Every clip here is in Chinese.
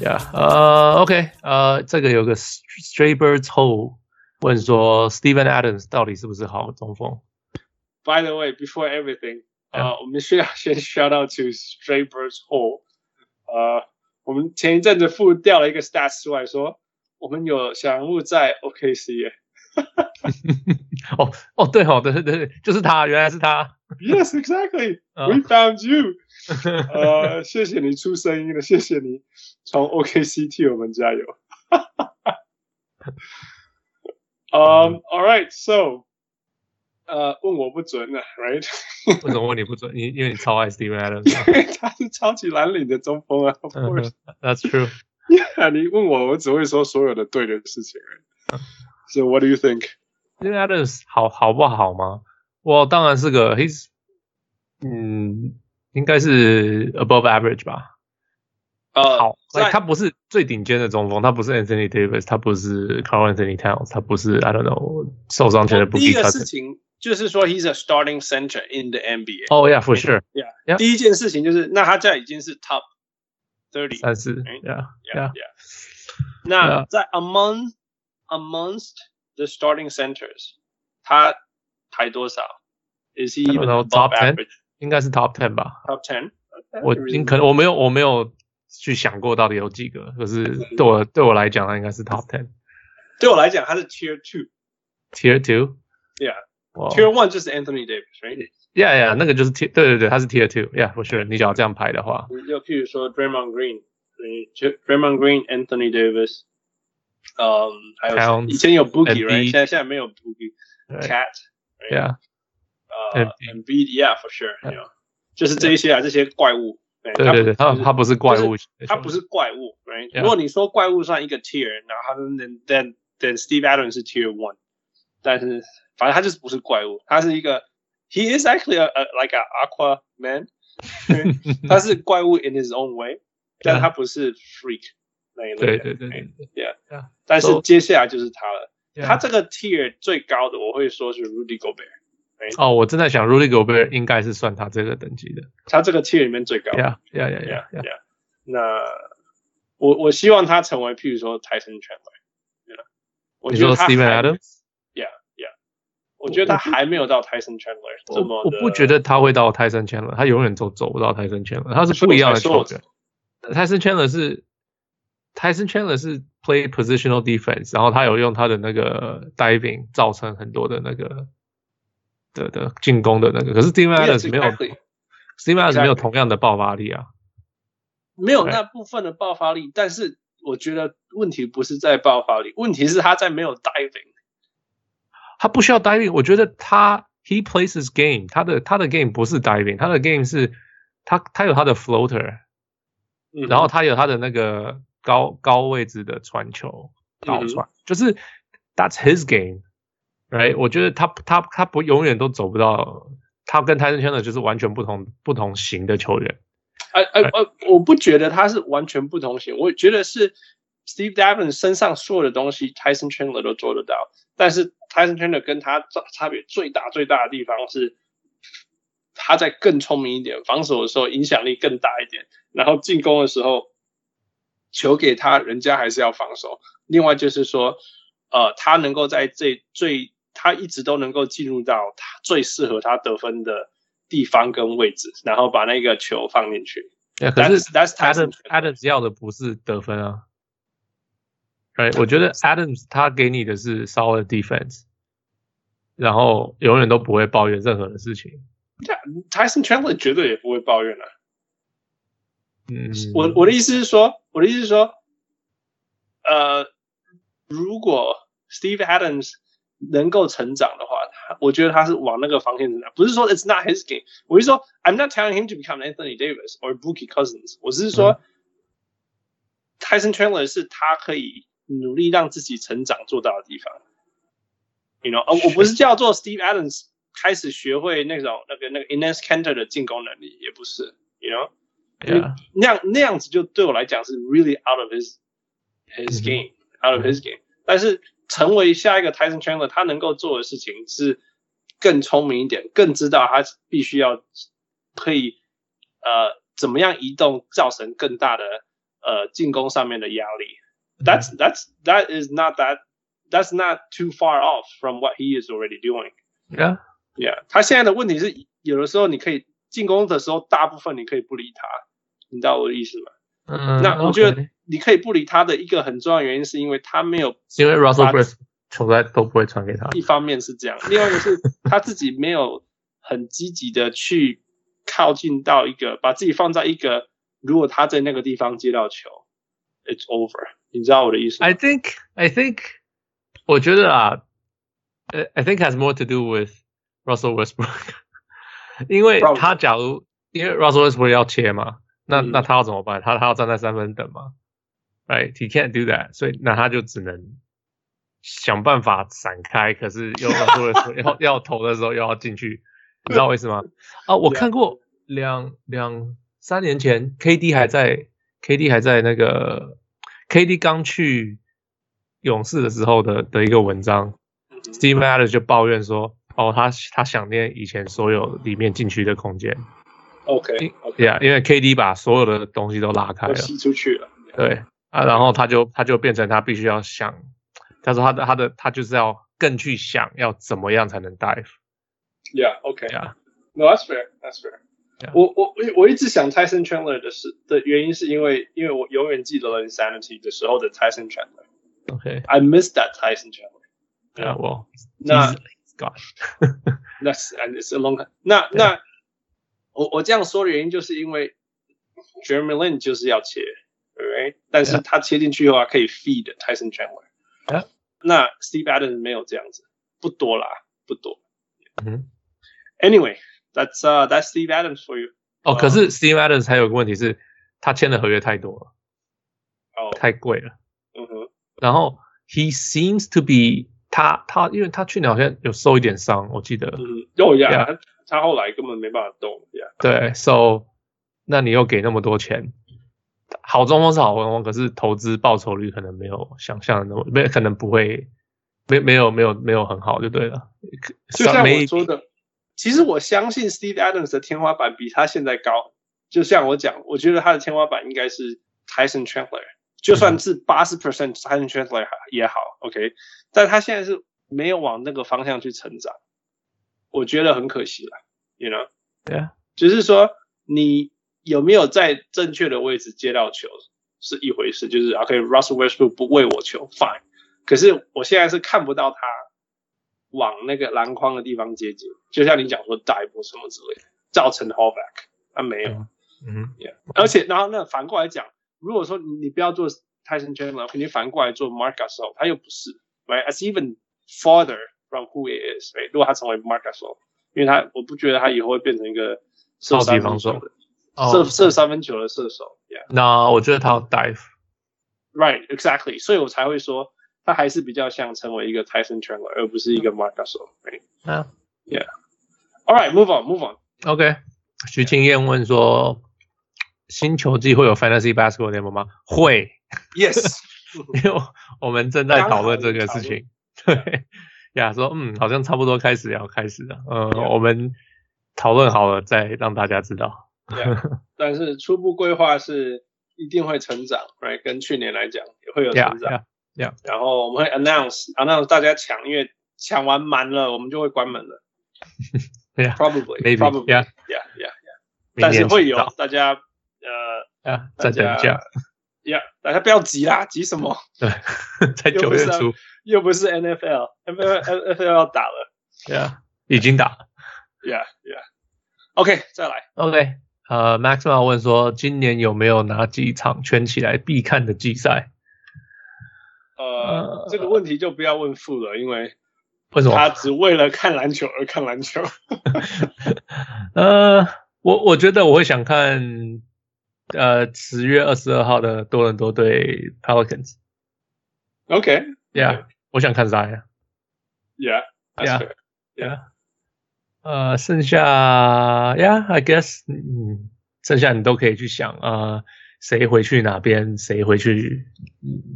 Yeah，呃、uh,，OK，呃、uh,，这个有个 Straber Toe 问说，Steven Adams 到底是不是好中锋？By the way, before everything，呃、uh, yeah.，我们需要 先 shout out to Straber Toe，呃，Uh, 我们前一阵子复调了一个 stats 出来说，我们有小人物在 OKC 耶。哦哦，对哦，对对对，就是他，原来是他。嗯 Yes, exactly. Oh. We found you. 呃，谢谢你出声音了，谢谢你从 OKC 替我们加油。um, all right, so，呃，问我不准了，right？ 为什么问你不准？因因为你超爱 Steven Adams，因为他是超级蓝领的中锋啊。Of course, that's true. Yeah，你问我，我只会说所有的对的事情。So what do you think? Steven Adams 好好不好吗？我当然是个，he's，嗯，应该是 above average 吧。呃，好，他不是最顶尖的中锋，他不是 Anthony Davis，他不是 Carl Anthony Towns，他不是 I don't know 受伤前的不。第一个事情就是说，he's a starting center in the NBA。 Oh yeah, for sure. Yeah. 第一件事情就是，那他这已经是 top thirty 三十。Yeah, yeah, yeah. 那在 among amongst the starting centers，他排多少？Is he even top ten？应该是 top ten 吧。 Top ten。我应可能我没有我没有去想过到底有几个，可是对我对我来讲，它应该是 top ten。对我来讲，它是 tier two。 Tier two。 Yeah。Tier one 就是 Anthony Davis，right？ Yeah yeah，那个就是 tier 对对对，它是 tier two。Yeah，不是你只要这样排的话。就譬如说 Draymond Green，对，Draymond Green，Anthony Davis，嗯，还有以前有 Boogie，right？现在现在没有 Boogie。Cat。 Yeah，呃，M B yeah for sure，就是这一些啊，这些怪物。对对对，他他不是怪物，他不是怪物。如果你说怪物算一个 tier，然后他等等等 Steve Adams 是 tier one，但是反正他就是不是怪物，他是一个 he is actually a like a aqua man，他嗯是怪物 in his own way，但他不是 freak 那一类的。啊对对对，yeah，但是接下来就是他了。他这个 tier 最高的，我会说是 Rudy Gobert。哦，我正在想 Rudy Gobert 应该是算他这个等级的，他这个 tier 里面最高。 Yeah, yeah, yeah, yeah, yeah. 那我我希望他成为，譬如说泰森权威。我觉得他 Steven Adams。 Yeah, yeah. 我觉得他还没有到泰森权威这么。我不觉得他会到泰森权威，他永远走走不到泰森权威，他是不一样的球员。泰森权威是。Tyson Chandler 是 play positional defense，然后他有用他的那个 diving 造成很多的那个的的进攻的那个，可是 Steven Adams 没有 Steven Adams 没有同样的爆发力啊，没有那部分的爆发力，但是我觉得问题不是在爆发力，问题是他在没有 diving，他不需要 diving，我觉得他 he plays his game，他的他的 game 不是 diving，他的 game 是他他有他的 floater，然嗯后他有他的那个。高高位置的传球嗯倒传，就是 That's his game，right？我觉得他他他不永远都走不到，他跟泰森·圈的就是完全不同不同型的球员。呃呃呃，我不觉得他是完全不同型，我觉得是 Steve Davin 身上所有的东西，泰森·圈的都做得到，但是泰森·圈的跟他差别最大最大的地方是。他在更聪明一点，防守的时候影响力更大一点，然后进攻的时候球给他，人家还是要防守。另外就是说，呃，他能够在这最，他一直都能够进入到他最适合他得分的地方跟位置，然后把那个球放进去。 Yeah, 哎可是 That's Adams Adams 要的不是得分啊。Right，我觉得 Adams 他给你的是 solid defense，然后永远都不会抱怨任何的事情。 Tyson Chandler 绝对也不会抱怨啊。嗯，我我的意思是说。我的意思是说，呃，如果 Steve Adams 能够成长的话，他我觉得他是往那个方向成长。不是说 It's not his game，我是说 I'm not telling him to become Anthony Davis or Boogie Cousins。我是说、嗯、，Tyson Chandler 是他可以努力让自己成长做到的地方。You know，呃，我不是叫做 Steve Adams 开始学会那种那个那个 Ines Cantor 的进攻能力，也不是，You know。那样那样子就对我来讲是 really out of his his game out of his game。但是成为下一个 Tyson Chandler，他能够做的事情是更聪明一点，更知道他必须要可以呃怎么样移动，造成更大的呃进攻上面的压力。That's 嗯 that's that is not that that's not too far off from what he is already doing. Yeah. Yeah，他现在的问题是，有的时候你可以进攻的时候，大部分你可以不理他，你知道我的意思吗？嗯，那我觉得 OK 你可以不理他的一个很重要的原因，是因为他没有因为 Russell 把 Westbrook 球在都不会传给他。一方面是这样，另外一个是他自己没有很积极的去靠近到一个，把自己放在一个，如果他在那个地方接到球，it's over，你知道我的意思吗 I think I think 我觉得啊呃，I think has more to do with Russell Westbrook，因为 Probably. 他假如因为 Russell Westbrook 要切嘛，那嗯那他要怎么办？他他要站在三分等嘛？Right，he can't do that，所以那他就只能想办法闪开，可是又 Russell Westbrook 要要投的时候又要进去，你知道我意思吗？啊，我 Yeah. 看过两两三年前，KD 还在 KD 还在那个 KD 刚去勇士的时候的的一个文章嗯哼，Steve Adams 就抱怨说，哦，他他想念以前所有里面禁区的空间嗯？OK OK， ，Yeah，因为 KD 把所有的东西都拉开我了，吸出去了。对啊，然后他就他就变成他必须要想，他说他的他的他就是要更去想要怎么样才能 dive， Yeah OK 对啊， No, that's fair. That's fair. Yeah. 我我我我一直想 Tyson Chandler 的事的原因，是因为因为我永远记得了 Insanity 的时候的 Tyson Chandler。 OK， I miss that Tyson Chandler. 对啊，我那 God，那呃是 and it's a long time. 那那我我这样说的原因，就是因为 Jeremy Lin 就是要切，right？但是 Yeah. 他切进去的话，可以 feed Tyson Chandler。 Yeah. 那 Steve Adams 没有这样子，不多啦，不多。嗯 Anyway, that's uh that's Steve Adams for you. 哦，可是 Steve Adams 还有个问题是，他签的合约太多了，哦，太贵了。嗯哼，然后 he seems to be 他他，因为他去年好像有受一点伤，我记得嗯。哼，哦呀 Yeah.，他他后来根本没办法动啊呀。对，so 那你又给那么多钱，好中锋是好中锋，可是投资报酬率可能没有想象的那么，没可能不会，没没有没有没有很好就对了。就像我 Maybe- 说的，其实我相信 Steve Adams 的天花板比他现在高。就像我讲，我觉得他的天花板应该是 Tyson Chandler，就嗯算是八十 percent Tyson Chandler 也好，OK，但他现在是没有往那个方向去成长，我觉得很可惜了，you know？对啊，就是说你有没有在正确的位置接到球是一回事，就是 OK，Russell、Westbrook 不为我球，fine，可是我现在是看不到他往那个篮筐的地方接近，就像你讲说 dive 或什么之类的，造成 holdback，他、没有。嗯，而且，然后那反过来讲，如果说你你不要做 Tyson Chandler，肯定反过来做 Marcus 他又不是，right？As even farther from who it is，right？如果他成为 Marcus 因为他我不觉得他以后会变成一个射超级三分防球守的射哦，射三分球的射手那我觉得他要嗯 dive， ，yeah，right？Exactly，所以我才会说他还是比较像成为一个 Tyson Chandler，而不是一个 Marcus All 啊 right，move on，move on。 OK，徐清燕问说，新球季会有 Fantasy Basketball 联盟吗？会， Yes，因为我我们正在讨论这个事情。对，呀，说嗯，好像差不多开始要开始了。嗯、 Yeah. 我们讨论好了再让大家知道。 Yeah，但是初步规划是一定会成长，right？跟去年来讲也会有成呀长。呀，然后我们会 announce announce 大家抢，因为抢完满了，我们就会关 门了。 Yeah, probably, 啊 maybe, probably, yeah. yeah, yeah. 明但是年会有知道大家呃呀，再大等家一下， ，yeah，大家不要急啦，急什么？ 对，在又九不月是要初，又不是 NFL，NFL NFL 要打了呀，已经打了。 ，yeah, yeah。OK，再来。 OK，呃，Maxwell 问说，今年有没有哪几场圈起来必看的季赛？呃呃，哦这个问题就不要问富了，因为为什么？他只为了看篮球而看篮球。 呃，我我觉得我会想看，呃，十月二十二号的多伦多对 Pelicans。 OK， Yeah，我想看 Zion。 Yeah. That's Yeah. fair. Yeah，呃，剩下，Yeah，I guess，嗯，剩下你都可以去想啊、呃谁回去哪边，谁回去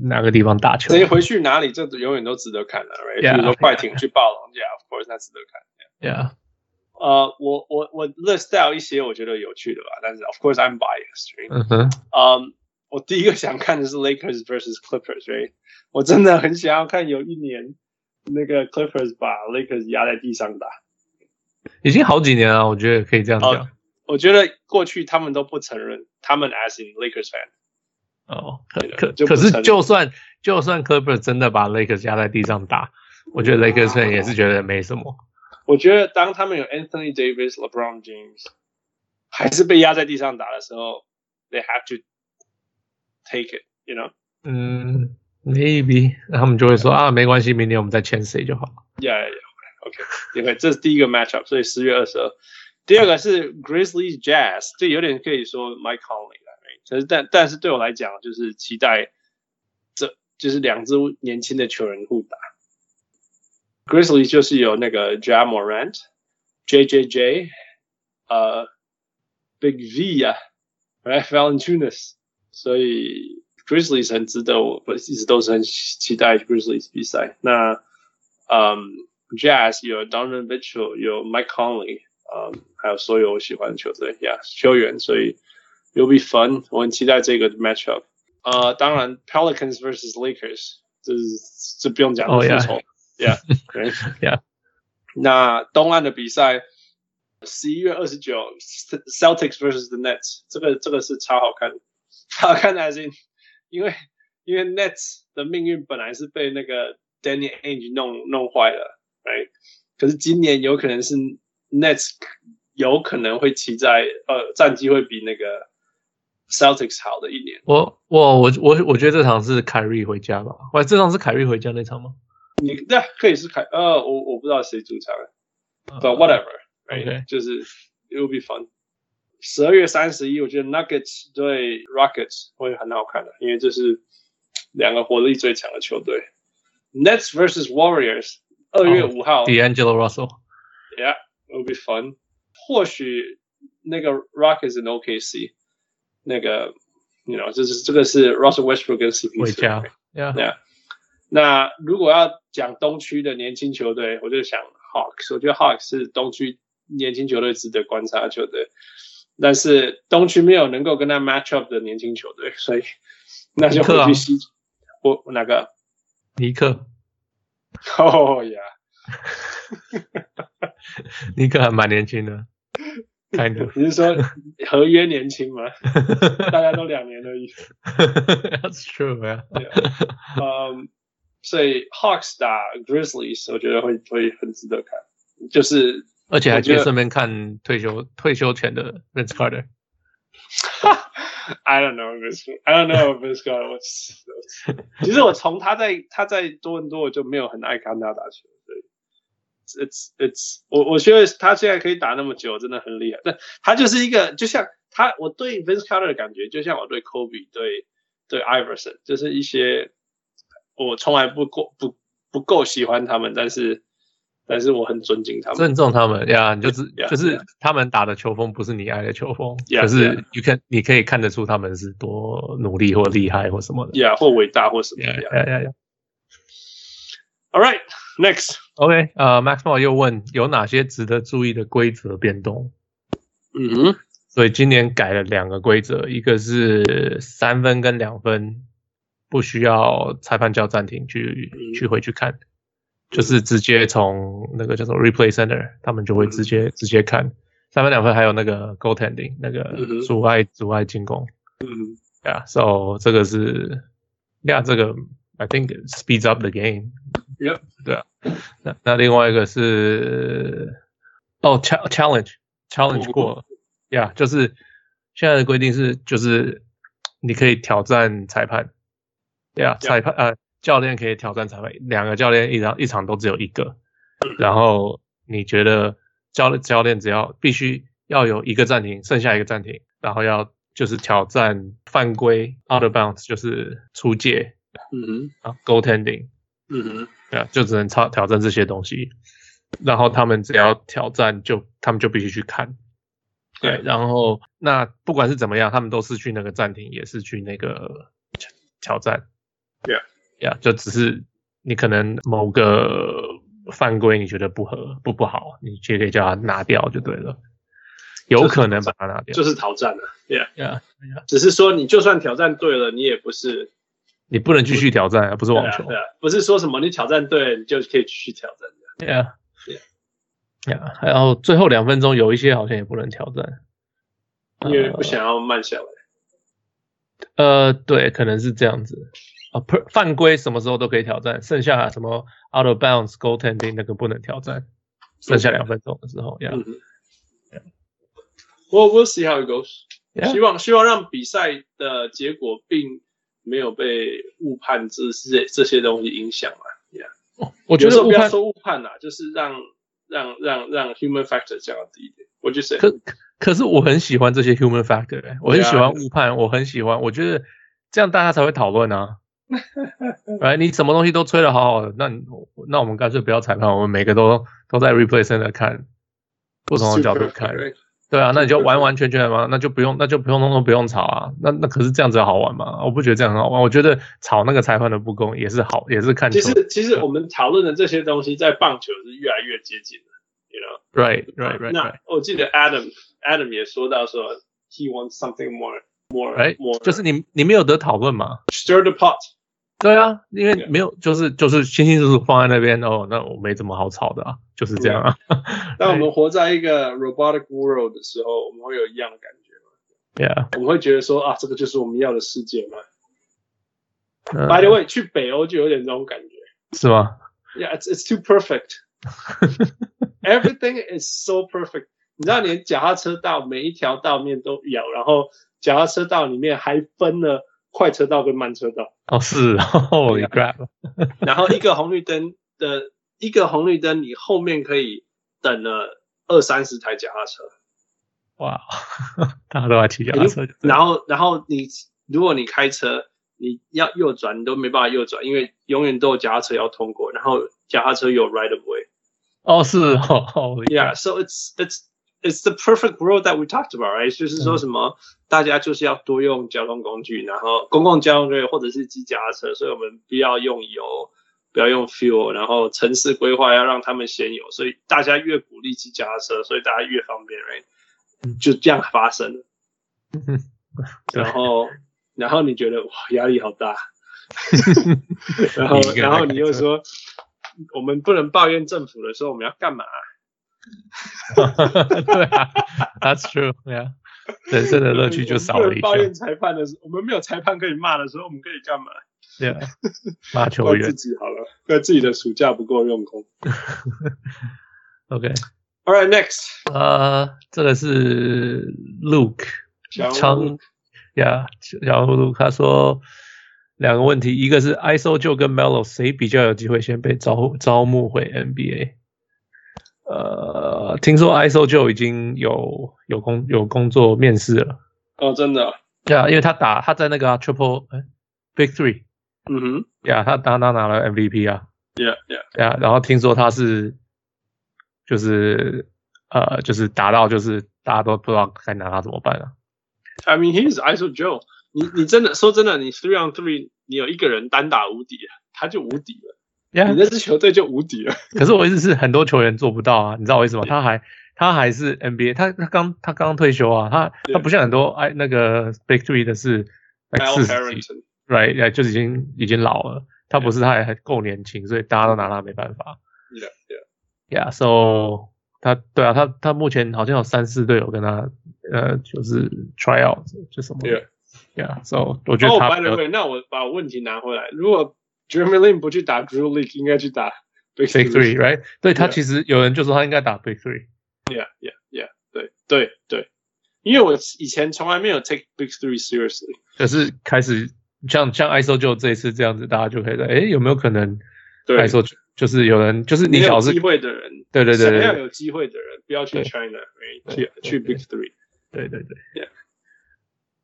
哪个地方打球。谁回去哪里，这永远都值得看的、r i g h t Yeah, 比如说快艇去暴龙，Yeah，of course，那值得看。 Yeah，呃，我嗯我我 list 掉一些我觉得有趣的吧，但是 of course I'm biased，right？嗯哼，嗯、我第一个想看的是 Lakers versus Clippers，所以我真的很想要看有一年那个 Clippers 把 Lakers 压在地上打。已经好几年了，我觉得可以这样讲。哦我觉得过去他们都不承认，他们 as in Lakers fan。哦，啊可可可是就算就算 Clippers 真的把 Lakers 压在地上打，我觉得 Lakers 啊 fan 也是觉得没什么。我觉得当他们有 Anthony Davis、LeBron James 还是被压在地上打的时候，they have to take it，you know？嗯，maybe 他们就会说啊，没关系，明年我们再签谁就好了。 Yeah, yeah, OK, OK，这是第一个 matchup，所以十月二十二。第二个是 Grizzlies Jazz，这有点可以说 Mike Conley 了，可是但但是对我来讲，就是期待这就是两支年轻的球员互打。Grizzlies 就是有那个 Ja Morant、JJJ、呃 Big V 啊，Right Valanciunas，所以 Grizzlies 很值得我，我一直都是很期待 Grizzlies 比赛。那嗯，Jazz Um, 有 Donovan Mitchell，有 Mike Conley。嗯，还有所有我喜欢的球队，Yeah，球员，所以 it'll be fun，我很期待这个 matchup。呃，当然 Pelicans versus Lakers，这是这不用讲，哦复呀仇，Yeah，Yeah。 Yeah 那东岸的比赛，十一月二十九，Celtics versus the Nets，这个这个是超好看的，超好看的还是因为因为 Nets 的命运本来是被那个 Danny Ainge 弄弄坏了，Right？可是今年有可能是 Nets 有可能会骑在呃战绩会比那个 Celtics 好的一年。我我我我我觉得这场是凯瑞回家吧？喂，这场是凯瑞回家那场吗？你那可以是凯呃，我我不知道谁主场，but 呃 whatever，right？、 OK 就是 it will be fun。十二月三十一，我觉得 Nuggets 对 Rockets 会很好看的，因为这是两个活力最强的球队。Nets vs Warriors，二月五哦号、 D'Angelo Russell， Yeah, it'll be fun. 或许那个 Rockets in OKC，那个 you know，就是这个是 Russell Westbrook 跟 CP 回家，Yeah，那如果要讲东区的年轻球队，我就想 Hawks。我觉得 Hawks 是东区年轻球队值得观察的球队，但是东区没有能够跟他 match up 的年轻球队，所以那就尼克回啊去西。我哪个？ Oh, 尼克，哦呀，尼克还蛮年轻的，Kind of， 你是说合约年轻吗？大家都两年而已。 That's true, man. 嗯，所以 Hawks 打 Grizzlies，我觉得会会很值得看。就是而且还可我以觉得顺便看退休退休前的 Vince Carter。 I don't know if it's I don't know if it's gonna. what's- what's- 其实我从他在他在多伦多我就没有很爱看他打球，所以 it's it's 我我觉得他现在可以打那么久，真的很厉害。但他就是一个就像他我对 Vince Carter 的感觉，就像我对 Kobe 对对 Iverson，就是一些我从来不够不不够喜欢他们，但是但是我很尊敬他们。尊重他们呀你就只 Yeah, 就是 yeah. 他们打的球风不是你爱的球风 Yeah, 可是 yeah. you can 你可以看得出他们是多努力或厉害或什么的。 yeah 或伟大或什么 Yeah, yeah. yeah, yeah, yeah. All right, next. OK，呃，Maxwell 又问有哪些值得注意的规则变动？嗯哼，所以今年改了两个规则，一个是三分跟两分不需要裁判叫暂停去嗯去回去看，就是直接从那个叫做 replay center，他们就会直接直接看三分两分，还有那个 goaltending 那嗯哼个阻碍阻碍进攻，嗯对啊，so 这个是呀，这个 I think it speeds up the game。 Yep. 对啊，那那另外一个是哦，cha- challenge challenge 哦过了，呀、yeah,，就是现在的规定是就是你可以挑战裁判，呀、 Yeah. 裁判呃教练可以挑战裁判，两个教练一场一场都只有一个，然后你觉得教教练只要必须要有一个暂停，剩下一个暂停，然后要就是挑战犯规 out of bounds，就是出界嗯哼，啊 goaltending，嗯哼，对啊，就只能挑挑战这些东西。然后他们只要挑战就，他们就必须去看。对，然后那不管是怎么样，他们都是去那个暂停，也是去那个挑挑战。 Yeah. 呀，就只是你可能某个犯规你觉得不合不不好，你就可以叫他拿掉就对了。有可能把它拿掉，啊就是挑战了，Yeah。 Yeah, yeah. 只是说你就算挑战对了，你也不是你不能继续挑战，不是网球对、啊，对啊，不是说什么你挑战对了，你就可以继续挑战的。 Yeah, yeah. 然后最后两分钟有一些好像也不能挑战，因为不想要慢下来。呃，对，可能是这样子啊。犯规什么时候都可以挑战，剩下什么 out of bounds goaltending 那个不能挑战。剩下两分钟的时候，Yeah。嗯 Well, we'll see how it goes. Yeah. 希望希望让比赛的结果并没有被误判这这这些东西影响啊嘛，Yeah。我觉得不误要判说误判啦，就是让让让让 human factor 降到低一点。我就谁？可可是我很喜欢这些 human factor，、欸、我很喜欢误判，我很喜欢，我觉得这样大家才会讨论 啊。哎，你什么东西都吹的好好的，那你那我们干脆不要裁判，我们每个都都在 replay center 看，不同的角度看。 Super, 对啊，那你就完完全全嘛，那就不用，那就不用，通通不用吵啊。那那可是这样子好玩吗？我不觉得这样很好玩。我觉得吵那个裁判的不公也是好，也是看。其实其嗯实我们讨论的这些东西，在棒球是越来越接近的，you know。 Right, right, right. 那我记得 Adam Adam 也说到说，he wants something more, more, right, more. 就是你你没有得讨论嘛，stir the pot. 对啊，因为没有，就是就是清清楚楚放在那边哦，那我没怎么好吵的啊，就是这样啊。当我们活在一个 robotic world 的时候，我们会有一样的感觉吗？Yeah，我们会觉得说啊，这个就是我们要的世界吗嗯？By the way，去北欧就有点这种感觉。是吗？ Yeah, it's it's too perfect. Everything is so perfect. 你知道，连脚踏车道每一条道面都有，然后脚踏车道里面还分了快车道跟慢车道。哦，是 哦，Holy crap！然后一个红绿灯的一个红绿灯，你后面可以等了二三十台脚踏车，哇，大家都在骑脚踏车，然后然后你如果你开车，你要右转你都没办法右转，因为永远都有脚踏车要通过，然后脚踏车有 right of way。哦，是哦，Holy Yeah, so it's it's it's the perfect world that we talked about, right？就是嗯说什么，大家就是要多用交通工具，然后公共交通工具或者是机甲车，所以我们不要用油，不要用 fuel，然后城市规划要让他们先有，所以大家越鼓励机甲车，所以大家越方便，right？就嗯这样发生 了。 crap！然后，然后你觉得哇，压力好 大。然后你一，个人然后你开又车说，我们不能抱怨政府的时候，我们要干嘛？对啊，That's true，对啊，人生的乐趣就少我了们一不能抱些怨，裁判的时候，我们没有裁判可以骂的时候，我们可以干嘛？对 啊，骂球怪自员己好了，怪自己的暑假不够用功。 ，OK， All right, next，呃，这个是 Luke 小长呀，小葫芦他说两个问题，一个是 ISO 就跟 Melo 谁比较有机会先被招招募回 NBA？呃，听说 ISO 就已经有有工有工作面试了，哦，真的啊，对啊，因为他打他在那个啊、Triple 哎 Big Three 嗯哼呀、他打他拿了 MVP 啊， ，Yeah, Yeah，对啊，然后听说他是就是呃就是打到就是大家都不知道该拿他怎么办啊了、 I mean he's ISO Joe 你。你真的说真的，你 three on three，你有一个人单打无敌，他就无敌了，呀。你那支球队就无敌 了。可是我意思是，很多球员做不到啊，你知道我意思吗？他还他还是 NBA，他他刚他刚退休啊，他对他不像很多哎那个 Big Three 的哎是 like Al 四十几 Harrington， ，right，yeah，就是已经已经老了，他不是他还还够年轻，所以大家都拿他没办法。 Yeah, Yeah， Yeah，so 他对啊，他他目前好像有三四队友跟他呃就是 try out 就什么 Yeah ，yeah，so 我觉得啊哦他呃，by 比 the 较 way，那我把问题拿回来，如果 Jeremy Lin 不去打 Drew League，应该去打 Big Big Three。 Three，right？对他 Yeah 其实有人就说他应该打 Big Three。 Yeah, yeah, yeah. 对对对，因为我以前从来没有 take big three seriously。可是开始像像 ISO 就这一次这样子，大家就可以说，哎，有没有可能对， ISO 就就是有人就是没你有老机是会的啊人，对对对想对要对有机会的人，不要去对 China，对去对去对 big three。对对对 Yeah，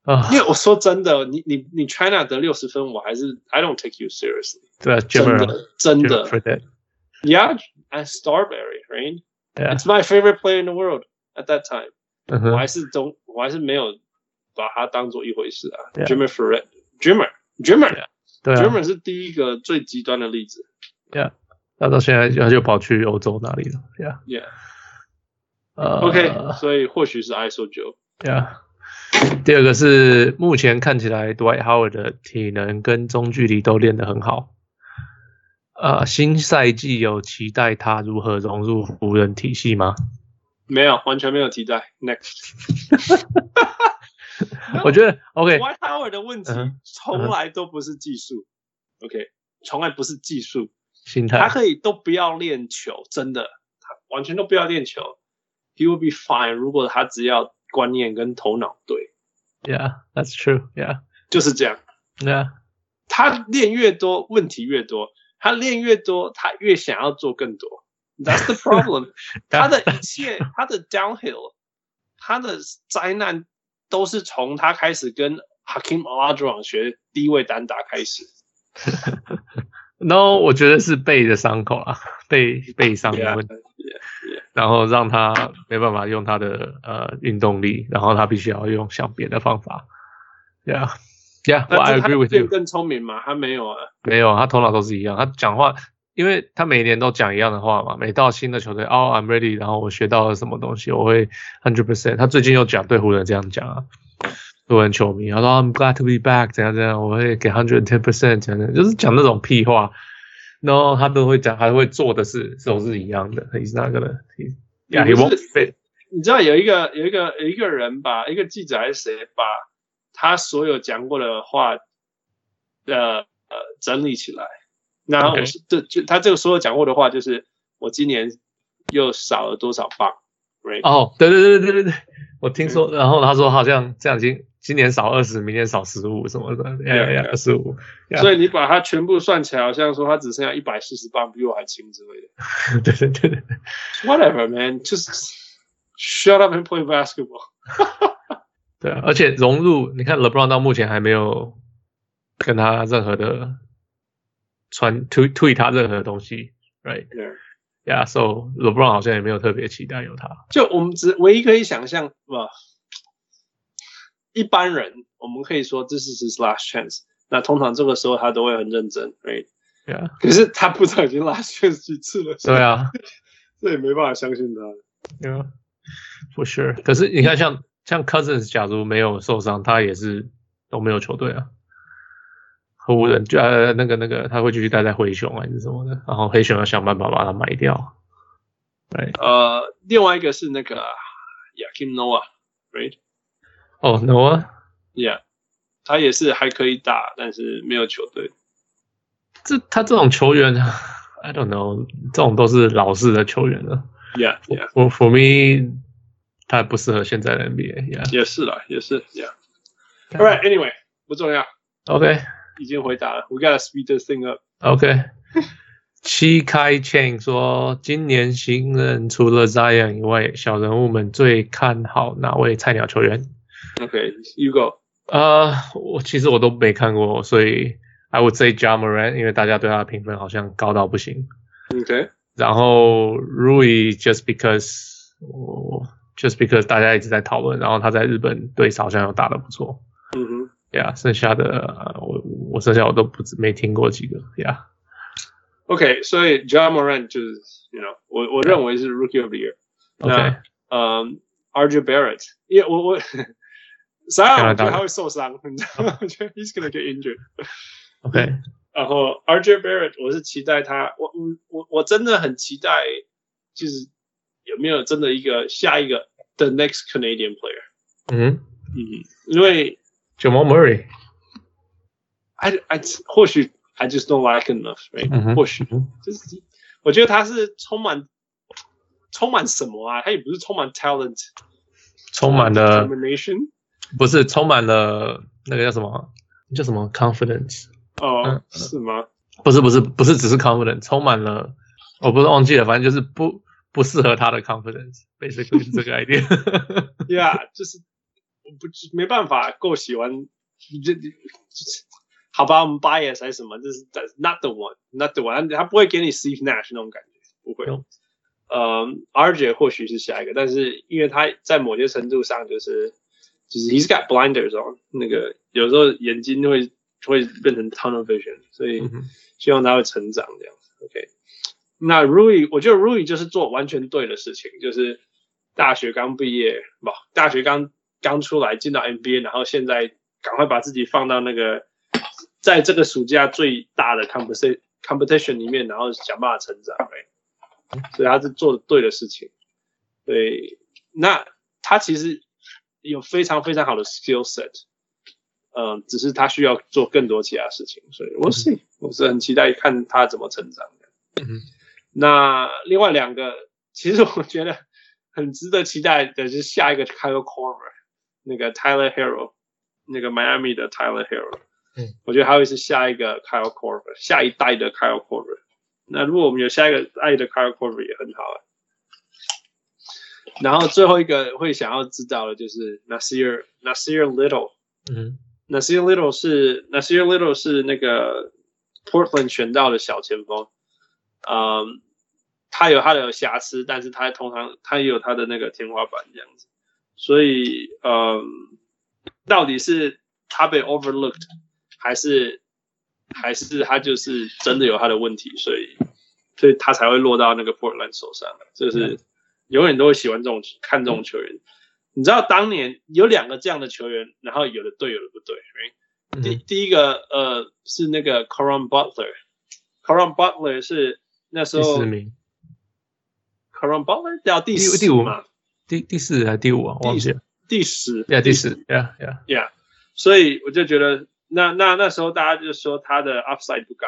啊，因为我说真的，你你你 China 得六十分，我还是 I don't take you seriously。对啊真，Jimmer 的真 Jimmer 的 Fredette， ，Yeah，I Starberry right。对啊 It's my favorite player in the world at that time。嗯我哼还是总我还是没有把他当做一回事啊。 Yeah Jimmy f e r r e t Jimmer Jimmer 对啊， Jimmer 是第一个最极端的例子。那到现在他就跑去欧洲哪里了？对啊， Yeah，呃 OK，所以或许是 ISO 九。 Yeah，第二个是目前看起来 Dwight Howard 的体能跟中距离都练得很好。呃，新赛季有期待他如何融入湖人体系吗？没有，完全没有替代。Next，我觉得 OK， Dwight Howard 的问题嗯从来都不是技术，OK，从来不是技术， 心态他可以都不要练球，真的，他完全都不要练球，He will be fine。如果他只要观念跟头脑对， ，Yeah，that's true，Yeah，Yeah。就是这样。他练越多，问题越多；他练越多，他越想要做更多。That's the problem 。他的一切，他的 downhill，他的灾难，都是从他开始跟 Hakim Olajuwon 学低位单打开始。然后我觉得是背的伤口啦， 背背伤的 Yeah，问题，然后让他没办法用他的呃运动力，然后他必须要用想别的方法。Yeah，Yeah，我 I 那这他 agree 有 with 变 you。更聪明吗？他没有啊。没有，他头脑都是一样。他讲话，因为他每年都讲一样的话嘛。每到新的球队，哦、i m ready，然后我学到了什么东西，我会 hundred percent。他最近又讲对湖人这样讲啊，湖人球迷，他说 I'm glad to be back，怎样怎样，我会给 hundred ten percent，怎样怎样，就是讲那种屁话。然后他都会讲，还会做的事都是一样的。He's not gonna, he, yeah, he 你不 won't 是 fit. 你知道有一个有一个有一个人把一个记者还是谁把他所有讲过的话，呃呃整理起来，那 OK 我是这就他这个所有讲过的话就是我今年又少了多少磅，right？、哦，对对对对对对，我听说，然后他说好像这样已经今年少二十，明年少十五什么的，呀呀，二十五。Yeah 所以你把它全部算起来，好像说他只剩下一百四十磅，比我还轻之类的。对对对对。 Whatever, man, just shut up and play basketball. 对啊，而且融入，你看 LeBron 到目前还没有跟他任何的传推推他任何东西，right？Yeah，so Yeah. LeBron 好像也没有特别期待有他。就我们只唯一可以想象，呃，一般人我们可以说这是 his last chance。那通常这个时候他都会很认真，right？ Yeah，可是他不知道已经 last chance 几次了，对啊这也没办法相信他。 ，Yeah，for sure。可是你看像，像 Cousins，假如没有受伤，他也是都没有球队啊，和湖人就呃那个那个他会继续待在灰熊啊还是什么的，然后黑熊要想办法把他卖掉。对，呃，另外一个是那个 Yakim Noah，right？Yeah，哦、n o a 他也是还可以打，但是没有球队。这他这种球员 ，I don't know，这种都是老式的球员了。 Yeah，Yeah，我 for me，他不适合现在的 NBA。Yeah，OK，、也是啦，也是 Yeah。All right，anyway，不重要，已经回答了。We gotta speed this thing up。 OK。七开 Chain 说，今年新人除了 Zion 以外，小人物们最看好哪位菜鸟球员？ OK，you go。呃，我其实我都没看过，所以 I would say Ja Moran，因为大家对他的评分好像高到不行。 OK。然后 Rui just because 我 just because 大家一直在讨论，然后他在日本队好像有打得不错嗯哼。 ，Yeah，剩下的呃我我剩下我都不知没听过几个，Yeah， OK，所以 John Moran 就是，you know，我我认为是 Rookie of the Year。 OK 那嗯，RJ Barrett，因为我 我加，Zion 拿我觉大得他会受伤， 你知道吗？我觉得 he's gonna get injured。 OK，然后 RJ Barrett，我是期待他，我我我我真的很期待，就是有没有真的一个下一个 the next Canadian player。嗯嗯，因为，Jamal Murray， I I 或许 I just don't like enough，right？、嗯哼或许嗯就是我觉得他是充满充满什么啊？他也不是充满 talent，呃充满了 determination。不是充满了那个叫什么叫什么 confidence，嗯哦，是吗？不是不是不是只是 confidence，充满了我不是忘记了，反正就是不不适合他的 confidence，basically 是这个 idea。 Yeah，就是我不没办法够喜欢，这就是好吧，我们 bias 还是什么，就是 that's not the one，not the one，他不会给你 Steve Nash 那种感觉，不会有。嗯，RJ 或许是下一个，但是因为他在某些程度上就是就是 he's got blinders on，那个有时候眼睛会会变成 tunnel vision，所以 嗯哼希望他会成长这样。OK，那 Rui，我觉得 Rui 就是做完全对的事情，就是大学刚毕业，不，大学刚刚出来进到 NBA，然后现在赶快把自己放到那个在这个暑假最大的 competition competition 里面，然后想办法成长。哎，所以他是做的对的事情。对，那他其实有非常非常好的 skill set，嗯，只是他需要做更多其他事情。所以我是我是很期待看他怎么成长的。嗯那另外两个，其实我觉得。很值得期待的是下一个 Kyle Korver，那个 Tyler Hero，那个迈阿密的 Tyler Hero，嗯，我觉得他会是下一个 Kyle Korver，下一代的 Kyle Korver。那如果我们有下一个代的 Kyle Korver 也很好啊。然后最后一个会想要知道的就是 Nasir Nasir Little，嗯 Nasir Little 是 Nasir Little 是那个 Portland 选到的小前锋，嗯，他有他的瑕疵，但是他通常他也有他的那个天花板这样子，所以嗯，到底是他被 overlooked，还是还是他就是真的有他的问题，所以所以他才会落到那个 Portland 手上，就是永远都会喜欢这种看这种球员。你知道当年有两个这样的球员，然后有的对，有的不对。right？第嗯第一个呃是那个 Coron Butler，Coron Butler 是那时第候四名， Coron Butler 掉第第十第五嘛，第第四还是第五啊？第忘记了。第十， Yeah，第四，Yeah Yeah。 ，Yeah。所以我就觉得那那那时候大家就说他的 upside 不高，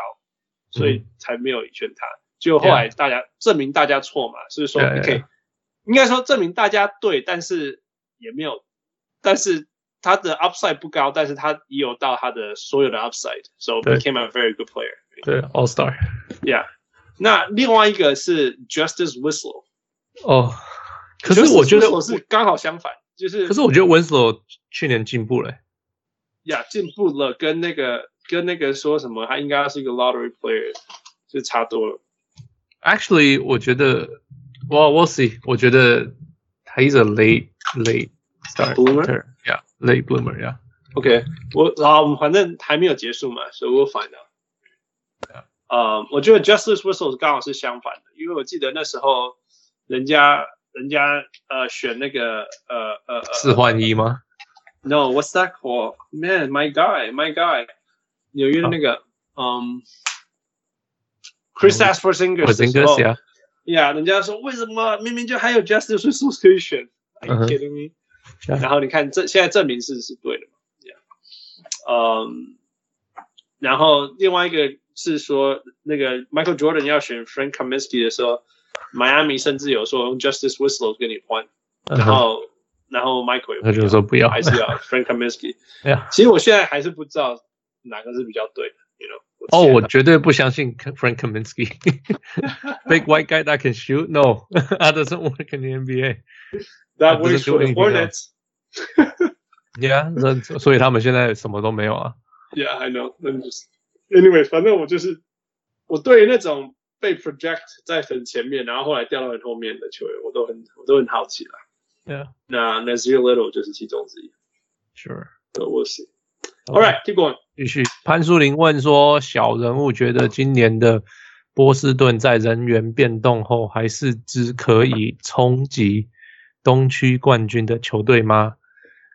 所嗯以才没有选他。就后来大家证明大家错嘛，所以说 Yeah, yeah, OK，应该说证明大家对，但是也没有，但是他的 upside 不高，但是他也有到他的所有的 upside，so 对 became a very good player。对，All Star。 Yeah，那另外一个是 Justice Whistle，哦，可是我觉得，我是刚好相反，就是可是我觉得 Winslow 去年进步了欸。呀进步了，跟那个跟那个说什么，他应该是一个 lottery player，就差多了。 Actually，我觉得，Well we'll see。我觉得 he's a late late start Bloomer？ Yeah，late bloomer yeah。 OK，我然后我们反正还没有结束嘛，所以我反的。呃，我觉得 Justice Whistle 刚好是相反的，因为我记得那时候人家人家呃选那个呃呃呃四换一吗？ No, what's that called? Man, my guy, my guy. 纽约的那个，嗯、c h r i s for Singers，我真哥是啊， Yeah，人家说为什么明明就还有 Justice Whistle 可以选？Are 嗯 you 哼 kidding me？、 Yeah 然后你看这现在证明是是对的嘛？Yeah，嗯、然后另外一个是说那个 Michael Jordan 要选 Frank Kaminsky 的时候，迈阿密甚至有说用 Justice Whistle 跟你换，然嗯哼后然后 Michael 也不他就要说不要。还是要 Frank Kaminsky。 Yeah 其实我现在还是不知道哪个是比较对的，you know。哦，现在我绝对不相信 Frank Kaminsky。Big white guy that can shoot? No, that doesn't work in the NBA. That 不是 works for the 注意 Hornets. Yeah，那所以他们现在什么都没有啊。 Yeah, I know. Let me just. Anyway，反正我就是我对于那种被 project 在很前面，然后后来掉到很后面的球员，我都很我都很好奇啦。 Yeah, 那 Nazir Little 就是其中之一。 sure. So we'll see. All right, keep going. 继续，潘树林问说：“小人物觉得今年的波士顿在人员变动后，还是只可以冲击东区冠军的球队吗？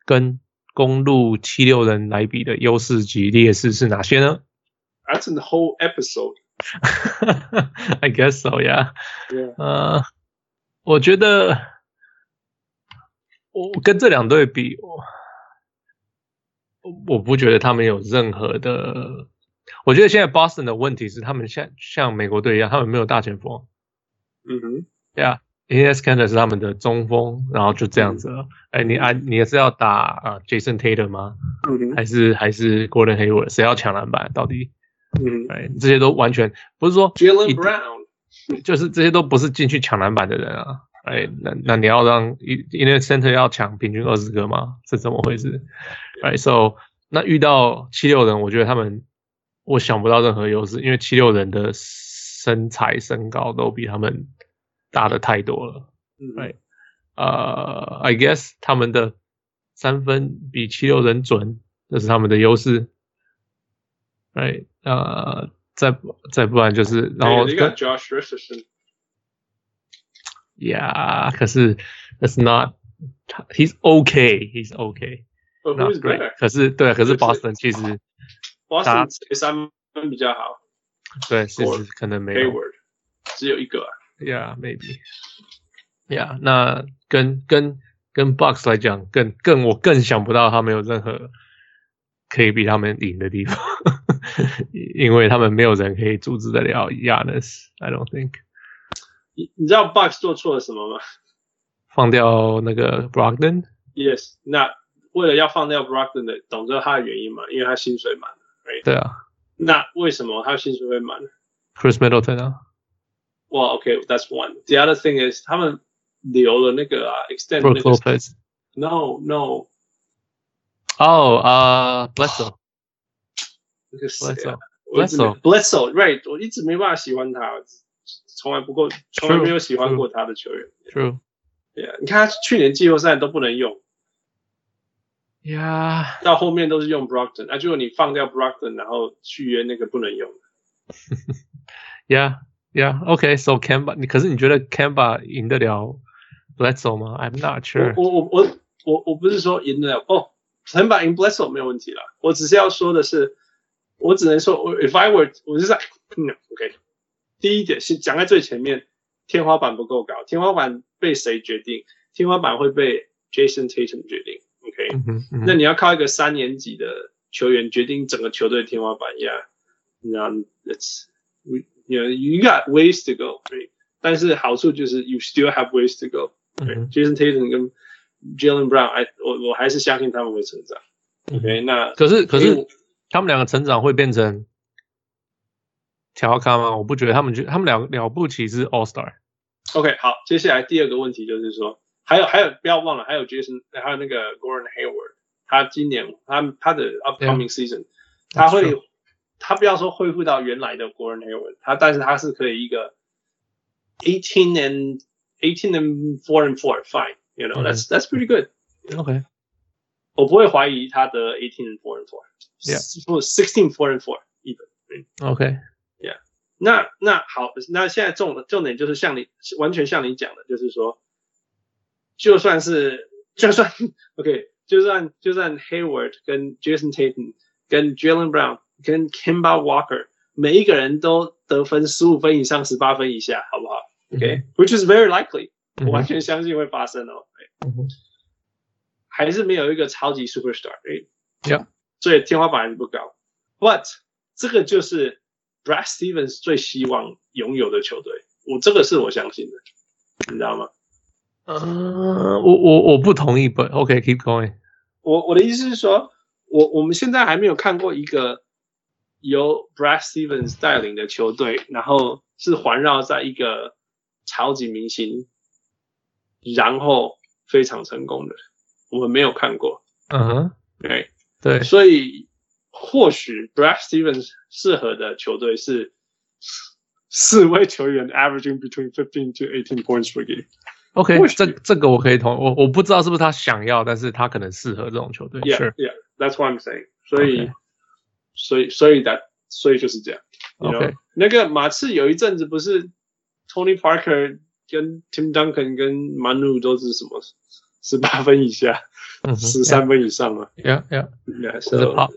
跟公路七六人来比的优势及劣势是哪些呢 That's a whole episode. ？I guess so, yeah. Yeah. 呃，我觉得我跟这两队比，我我不觉得他们有任何的。我觉得现在 Boston 的问题是，他们像像美国队一样，他们没有大前锋，嗯哼，对啊。i n s c a n d e r 是他们的中锋，然后就这样子了。哎、你啊，你也是要打啊、呃 Jason Tatum 吗？嗯哼，还是还是 Gordon Hayward？谁要抢篮板？到底？嗯哼。哎，这些都完全不是说 Mm-hmm. Jalen 一 Brown. 就是这些都不是进去抢篮板的人啊。哎，那那你要让一 in a center 要抢平均二十个吗？是怎么回事？Right，so 那遇到七六人，我觉得他们我想不到任何优势，因为七六人的身材身高都比他们大的太多了。嗯哼 Right. 呃，I guess 他们的三分比七六人准，这是他们的优势。Right，呃，再不再不然就是然后对 they 跟 got Josh Richardson. Yeah，可是 that's not he's okay, he's okay. But not who's great. Oh, better? 可是对，可是就是 Boston 其实 Boston 这三分比较好对，其 Or 实可能没有。 ，Hayward 只有一个啊。 Yeah, maybe. Yeah，那跟跟跟 Bucks 来讲，更更我更想不到他们有任何可以比他们赢的地方， 因为他们没有人可以阻止得了 Yanis。I don't think 你你知道 Bucks 做错了什么吗放掉那个 Brogdon。 ？Yes，那为了要放掉 Brogdon 的，懂知道他的原因吗？因为他薪水满了。对啊那为什么他薪水会满呢？ ，Chris Middleton 啊，哇，OK，that's one。The other thing is 他们留了那个啊，extend Brook 那个 Lopez。 No No 哦啊，Blesso，那个谁 Blesso， Blesso Blesso Right，我一直没办法喜欢他，从来不够，从来没有喜欢过他的球员。 True。 Yeah，你看他去年季后赛都不能用， Yeah，到后面都是用 Brockton，那、啊、结果你放掉 Brockton，然后续约那个不能用。 yeah, yeah. Okay, so Kemba，你可是你觉得 Kemba 赢得了 Bledsoe 吗？I'm not sure. 我我我我我我不是说赢得了哦，很把赢 Blesso 没有问题啦。我只是要说的是，我只能说，我 if I were，我就是在嗯 OK。第一点是讲在最前面，天花板不够高，天花板被谁决定？天花板会被 Jason Tatum 决定。OK，、嗯哼嗯那哼你要靠一个三年级的球员决定整个球队的天花板呀？那 That's you know you got ways to go，right? 但是好处就是 you still have ways to go。对嗯哼，Jason Tatum 跟 Jalen Brown，哎，我我还是相信他们会成长。OK，那 mm-hmm. 可是可因是为他们两个成长会变成调侃吗？我不觉得他们觉他们两了不起是 All Star。我 OK 好，接下来第二个问题就是说，还有还有不要忘了，还有 Jason，还有那个 Gordon Hayward，他今年他他的 upcoming season，、他会啊 true 他不要说恢复到原来的 Gordon Hayward，他但是他是可以一个 eighteen and eighteen and four and four fine，you 嗯 know that's that's pretty good。 OK，我不会怀疑他的 eighteen and four and four， Yeah o sixteen four and four even。 OK，那那好，那现在重重点就是像你完全像你讲的，就是说，就算是就算 OK，就算就算 Hayward 跟 Jason Tatum 跟 Jalen Brown 跟 Kemba Walker 每一个人都得分十五分以上、十八分以下，好不好？OK，which、is Mm-hmm, very likely，、我完全相信会发生哦。嗯哼还是没有一个超级 superstar，哎 Yeah. 所以天花板还是不高。But 这个就是 Brad Stevens 最希望拥有的球队，我这个是我相信的，你知道吗？呃，Uh, 我我我不同意，But OK，keep going。我我的意思是说，我我们现在还没有看过一个由 Brad Stevens 带领的球队，然后是环绕在一个超级明星，然后非常成功的，我们没有看过，嗯哼，对、Uh-huh. 对，所以或许 Brad Stevens 适合的球队是四位球员 averaging between fifteen to eighteen points per game。 OK，或许这这个我可以同我我不知道是不是他想要，但是他可能适合这种球队。 Yeah, Sure. yeah, that's what I'm saying. 所以 Okay. 所以所以 that 所以就是这样。You know? OK，那个马刺有一阵子不是 Tony Parker 跟 Tim Duncan 跟 Manu 都是什么十八分以下、嗯哼十三分以上吗？ ，Yeah Yeah， Yeah, 这是 so- Pop。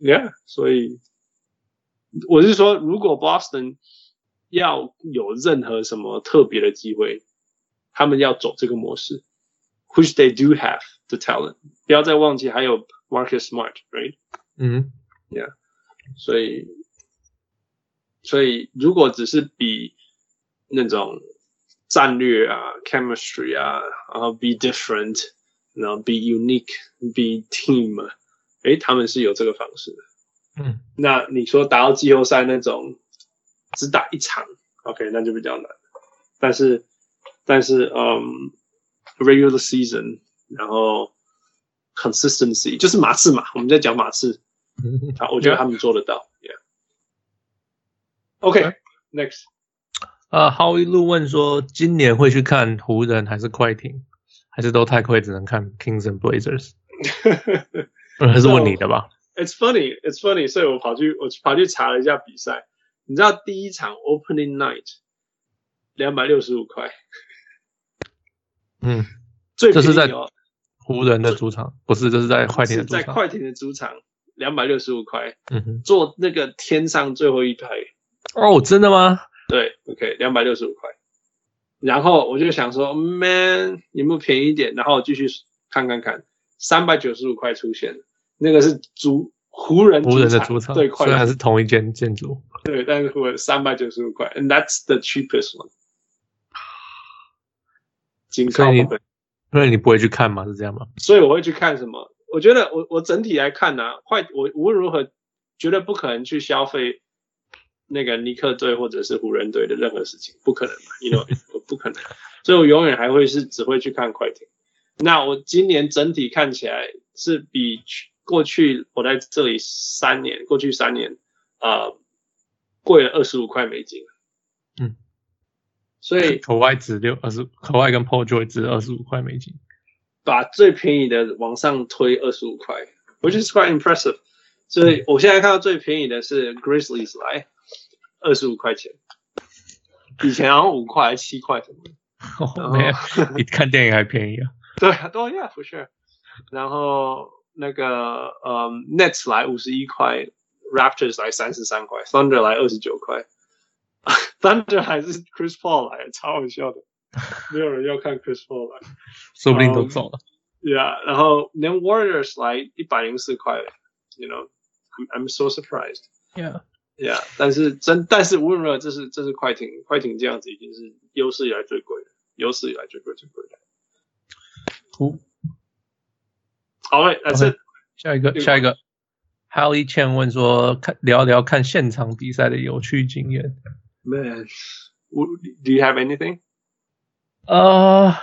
Yeah，所以我是说，如果 Boston 要有任何什么特别的机会，他们要走这个模式，which they do have the talent。不要再忘记还有 Marcus Smart，right？嗯所以，所以如果只是比那种战略啊、chemistry 啊，然后 be different，然后 be unique，be team，诶，他们是有这个方式的。嗯，那你说打到季后赛那种只打一场，OK，那就比较难。但是，但是，嗯，regular season，然后 consistency，就是马刺嘛，我们在讲马刺，嗯哼好，我觉得他们做得到。Yeah. OK, next. 呃，浩一路问说，今年会去看湖人还是快艇，还是都太快只能看 Kings and Blazers？呃嗯还是问你的吧？ It's funny, it's funny. 所以我跑去我跑去查了一下比赛，你知道第一场 Opening Night 两百六十五块，嗯，最这是在便宜哦湖人的主场不是，这是在快艇的是主在场。快艇的主场，两百六十五块，嗯哼，坐那个天上最后一排，哦，真的吗？对，OK，两百六十五块。然后我就想说，Man，有没有便宜一点？然后我继续看看看，三百九十五块出现，那个是主湖人湖人的主主场对，快虽然艇是同一间建筑，对，但是湖人三百九十五块，and that's the cheapest one。仅所靠以你本。所以你不会去看吗？是这样吗？所以我会去看什么？我觉得我我整体来看呢、快我无论如何绝对不可能去消费那个尼克队或者是湖人队的任何事情，不可能嘛，you know，我不可能，所以我永远还会是只会去看快艇。那我今年整体看起来是比去过去我在这里三年，过去三年啊、呃贵了二十五块美金，嗯，所以口外值六二十，口外跟 Paul George 值二十五块美金。把最便宜的往上推二十五块，which is quite impressive。所以我现在看到最便宜的是 Grizzlies 来二十五块钱，以前好像五块还七块什么的。然 哦，后没有，比看电影还便宜啊！对啊，对呀，for sure。然后那个呃、Nets 来五十一块，Raptors 来三十三块，Thunder 来二十九块 ，Thunder 还是 Chris Paul 来，超好笑的，没有人要看 Chris Paul 来。说不定都嗯走了。 Yeah, 然后连 Warriors 来一百零四块，you know, I'm I'm so surprised. Yeah. Yeah，但是真但是无论如何，这是这是快艇，快艇这样子已经是有史以来最贵的，有史以来最贵最贵的。图好嘞，但 OK 是下一个，对下一个。Hallie Chen 问说：“看聊聊看现场比赛的有趣经验。 man, w- do you have anything？” 呃，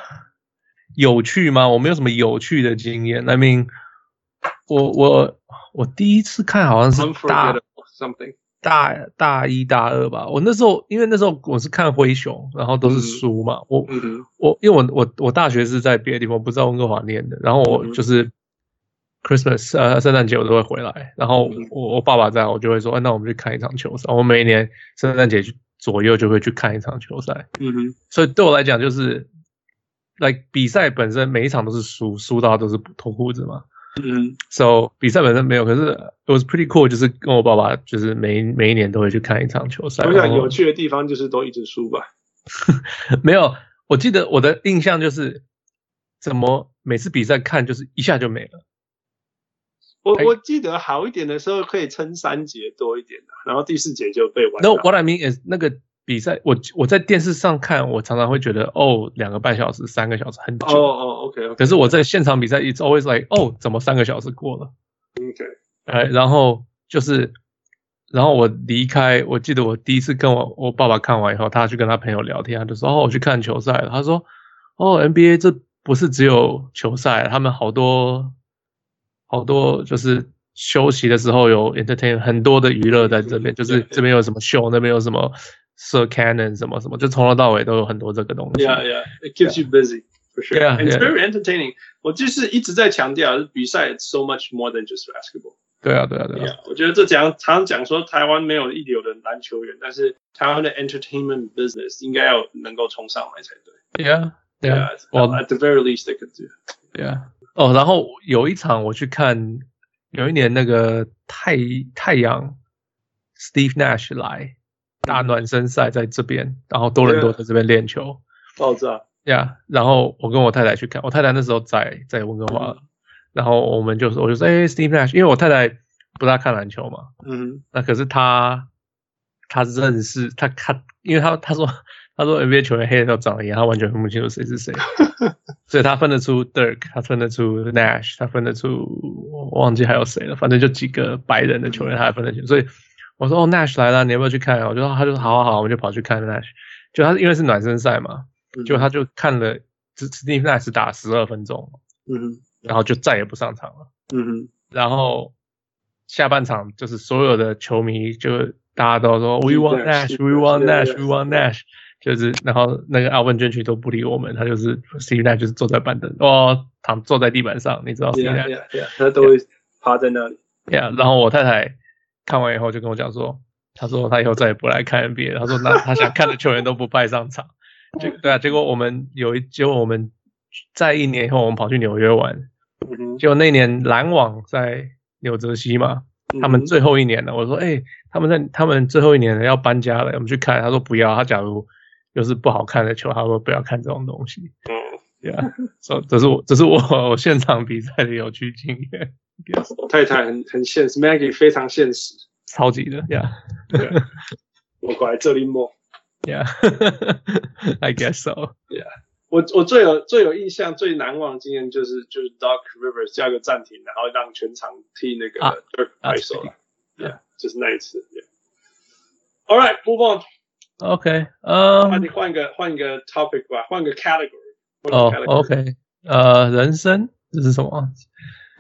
有趣吗？我没有什么有趣的经验。I mean，我我我第一次看好像是大 Unforgettable something？大大一大二吧。我那时候因为那时候我是看灰熊，然后都是嗯输嘛。我嗯哼，我因为我我我大学是在别的地方，不在温哥华念的，然后我嗯哼就是 Christmas 呃圣诞节我都会回来，然后嗯哼我我爸爸在，我就会说，哎，那我们去看一场球赛。我每一年圣诞节左右就会去看一场球赛，嗯哼，所以对我来讲就是，like 比赛本身每一场都是输，输到都是脱裤子嘛。嗯 So 比赛本身没有，可是 it was pretty cool，就是跟我爸爸就是每一每一年都会去看一场球赛。哼，我然想后有趣的地方就是都一直输吧。 没有，我记得我的印象就是，怎么每次比赛看就是一下就没了。我哎我记得好一点的时候可以撑三节多一点的，然后第四节就被完。 No, what I mean is 那个比赛，我我在电视上看，我常常会觉得哦，两个半小时、三个小时很久。哦哦，OK，OK，可是我在现场比赛，it's always like 哦，怎么三个小时过了？ OK。哎，然后就是，然后我离开，我记得我第一次跟我我爸爸看完以后，他去跟他朋友聊天，他就说：“哦，我去看球赛了。”他说：“哦，NBA 这不是只有球赛，他们好多好多就是休息的时候有 entertain 很多的娱乐在这边，就是这边有什么秀，那边有什么射 cannon 什么什么，就从头到尾都有很多这个东西。 Yeah, yeah, it keeps you busy for sure. Yeah, And it's yeah. very entertaining. 我就是一直在强调，比赛 it's so much more than just basketball. 对啊，对啊，对啊。 Yeah，我觉得这讲常常讲说台湾没有一流的篮球员，但是台湾的 entertainment business 应该要能够冲上来才对。 Yeah, yeah. Yeah, 我 at the very least they could do. Yeah. 哦，然后有一场我去看，有一年那个太太阳 Steve Nash 来打暖身赛在这边，然后多伦多 Yeah. 在这边练球爆炸。 ，Yeah。然后我跟我太太去看，我太太那时候在在温哥华，然后我们就说，我就说，哎，Steve Nash，因为我太太不大看篮球嘛，嗯那可是他他认识他看，因为他他说他说 NBA 球员黑人都长得一样，他完全分不清楚谁是谁，所以他分得出 Dirk，他分得出 Nash，他分得出我忘记还有谁了，反正就几个白人的球员他还分得清，所以我说哦 Nash 来了，你要不要去看啊？我就说他就说好好好，我们就跑去看 Nash，就他因为是暖身赛嘛，哼，就他就看了 Steve Nash 打十二分钟，嗯哼，然后就再也不上场了。嗯哼，然后下半场就是所有的球迷就大家都说 We Steve want Nash, Nash, Steve We Nash, want yeah, Nash, yeah. We want Nash，就是然后那个阿文捐区都不理我们，他就是 Steve Nash 就是坐在板凳哦，躺坐在地板上，你知道 Steve Yeah, Nash， yeah, yeah，他都会趴在那里。 Yeah，然后我太太看完以后就跟我讲说，她说她以后再也不来看 NBA，了她说那她想看的球员都不派上场，结对啊，结果我们有一结果我们在一年以后我们跑去纽约玩，嗯哼结果那年篮网在纽泽西嘛，他嗯们最后一年了。我说，哎、他们在他们最后一年了要搬家了，我们去看。他说不要，他假如又是不好看的球，他说不要看这种东西。 嗯对啊，这这是我这是我我现场比赛的有趣经验，我太太很很现实，Maggie 非常现实。超级的，Yeah 我过来这里摸。 Yeah，I guess so。 我我最有最有印象、最难忘的经验就是就是 Doc Rivers 叫个暂停，然后让全场替那个啊 Dirk 啊拍手了。对 Yeah，就是那一次。Yeah. All right, move on. OK，那嗯、你换个换个 topic 吧，换个 category。哦换个 category ，OK，呃，人生这是什么？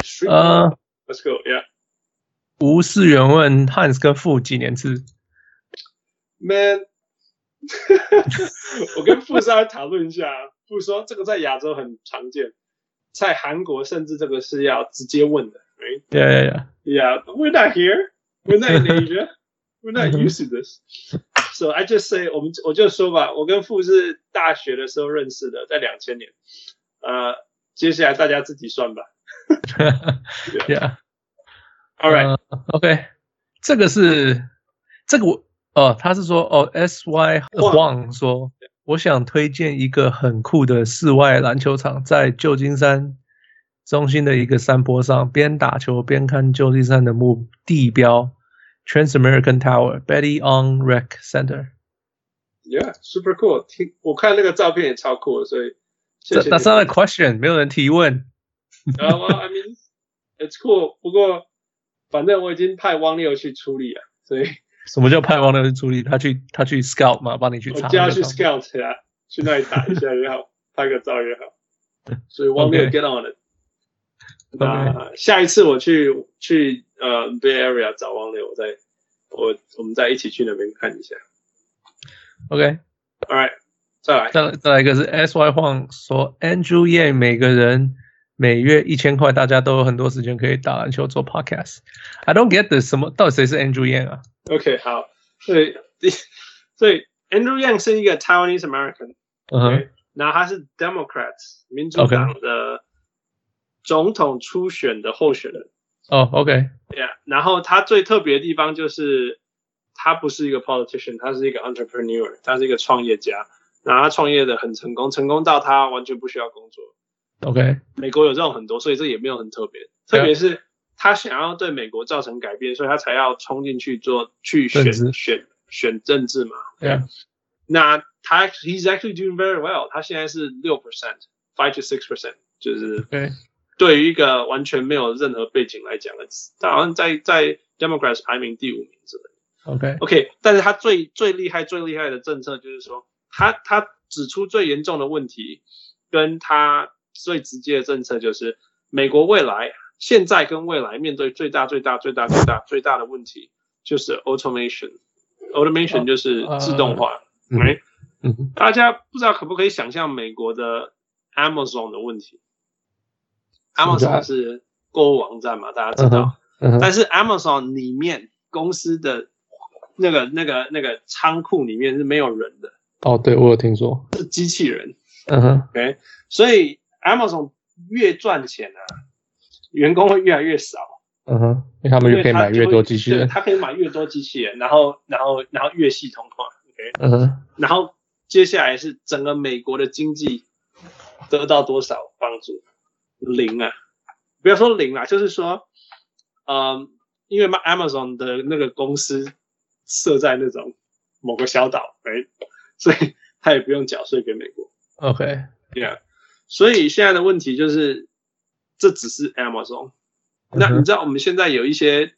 Street 呃 ball.，Let's go. Yeah. 吴世元问汉斯跟傅几年次？ Man，我跟傅稍微讨论一下啊。傅说这个在亚洲很常见，在韩国甚至这个是要直接问的。Right? Yeah, yeah, yeah. Yeah, we're not here. We're not in Asia. We're not used to this. So I just say，我们我就说吧，我跟傅是大学的时候认识的，在两千年。呃，接下来大家自己算吧。 yeah. All right，、呃 OK，这个是这个我哦，他是说哦，S Y 晃晃说，我想推荐一个很酷的室外篮球场，在旧金山中心的一个山坡上，边打球边看旧金山的目地标 Trans American Tower Betty On Rec Center。 yeah，super cool 听。我看那个照片也超酷的，所以谢这 谢你。 That's not a question，没有人提问。然后 I mean it's cool，不过反正我已经派汪六去处理了，所以什么叫派王的助理？他去他去 scout 嘛，帮你去我查那个叫他场地。去 scout 啊，去那里打一下也好，拍个照也好。所以汪六 OK get on it。那下一次我去去呃 Bay Area 找汪六，我再我我们再一起去那边看一下。 OK， All right，再来。再来再来一个是 S Y 晃说 Andrew Ye 每个人每月一千块，大家都有很多时间可以打篮球做 podcast。I don't get this，什么到底谁是 Andrew Ye 啊？ OK，好，所以 所以 Andrew Yang 是一个 Taiwanese American。嗯哼，然后他是 Democrats 民主党的总统初选的候选人。哦，OK， Yeah，然后他最特别的地方就是他不是一个 politician，他是一个 entrepreneur，他是一个创业家。然后他创业的很成功，成功到他完全不需要工作。 OK，美国有这种很多，所以这也没有很特别。啊特别是他想要对美国造成改变，所以他才要冲进去做去选政治选选政治嘛。 Yeah 那他 he's actually doing very well，他现在是六 percent，five to six percent，就是对对于一个完全没有任何背景来讲，他好像在在 Democrats 排名第五名之类。 OK， OK，但是他最最厉害、最厉害的政策就是说，他他指出最严重的问题，跟他最直接的政策就是，美国未来现在跟未来面对最大、最大、最大、最大、最大的问题就是 automation。automation 就是自动化，哦嗯 right？嗯哼大家不知道可不可以想象美国的 Amazon 的问题么叫？Amazon 是购物网站嘛，大家知道。嗯哼嗯哼但是 Amazon 里面公司的那个、那个、那个仓库里面是没有人的，哦，对我有听说，是机器人。嗯哼，所以 Amazon 越赚钱啊，员工会越来越少，嗯哼，因为他们因越为可以他买越就会多机器对人，他可以买越多机器人，然后、然后、然后越系统化。OK，嗯哼，然后接下来是整个美国的经济得到多少帮助？零啊，不要说零啦、就是说，嗯，因为 Ma- Amazon 的那个公司设在那种某个小岛，哎、所以他也不用缴税给美国。 ，OK， Yeah，所以现在的问题就是，这只是 Amazon。嗯那哼你知道我们现在有一些，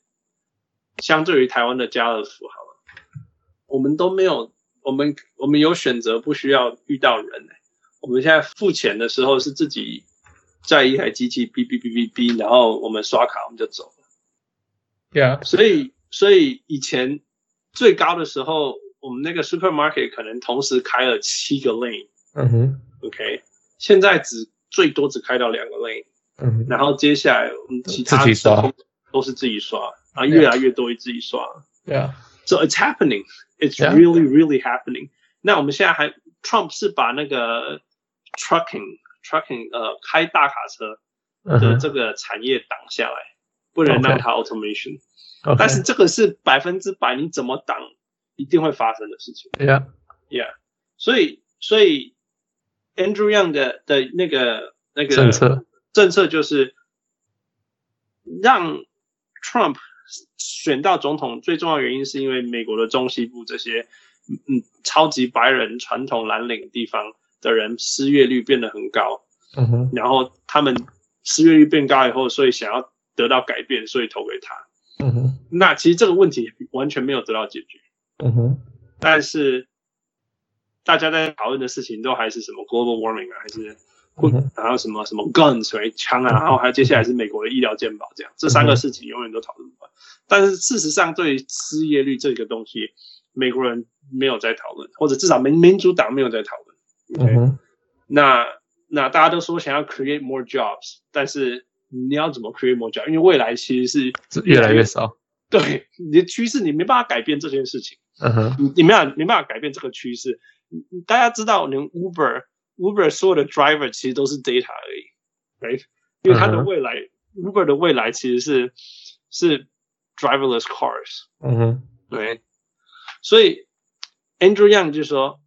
相对于台湾的家乐福好了，我们都没有，我们我们有选择，不需要遇到人、欸。我们现在付钱的时候是自己在一台机器哔哔哔哔哔，然后我们刷卡我们就走了。 ，Yeah，所以所以以前最高的时候，我们那个 supermarket 可能同时开了七个 lane。嗯哼， OK，现在只最多只开到两个 lane，嗯哼然后接下来我们其自他己刷都是自己刷，然后越来越多自己刷。 ，Yeah， So it's happening, it's Yeah. really really happening. 那我们现在还 Trump 是把那个 trucking trucking 呃开大卡嗯车的这个产业挡下来，不能让它 automation。 OK，但是这个是百分之百，你怎么挡一定会发生的事情。 Yeah， Yeah，所以所以 Andrew Yang 的的那个那个政策政策就是让 Trump 选到总统，最重要原因是因为美国的中西部这些嗯嗯超级白人传统蓝领地方的人失业率变得很高，嗯哼然后他们失业率变高以后，所以想要得到改变，所以投给他。嗯哼那其实这个问题完全没有得到解决，嗯哼但是大家在讨论的事情都还是什么 global warming 啊，还是嗯哼嗯然后什么什么 guns 为枪啊，然后还有接下来是美国的医疗健保这样，这三个事情永远都讨论不完。但是事实上，对于失业率这个东西，美国人没有在讨论，或者至少民民主党没有在讨论。嗯 OK，、哼那那大家都说想要 create more jobs，但是你要怎么 create more job？因为未来其实是这越来越少，对你的趋势，你没办法改变这件事情。嗯哼你你没办法没办法改变这个趋势。你你大家知道，连 Uber Uber 所有的 driver 其实都是 data 而已，right？因为它的嗯哼未来、Uber 的未来其实是是 driverless cars，嗯哼对。所以 Andrew Yang 就说，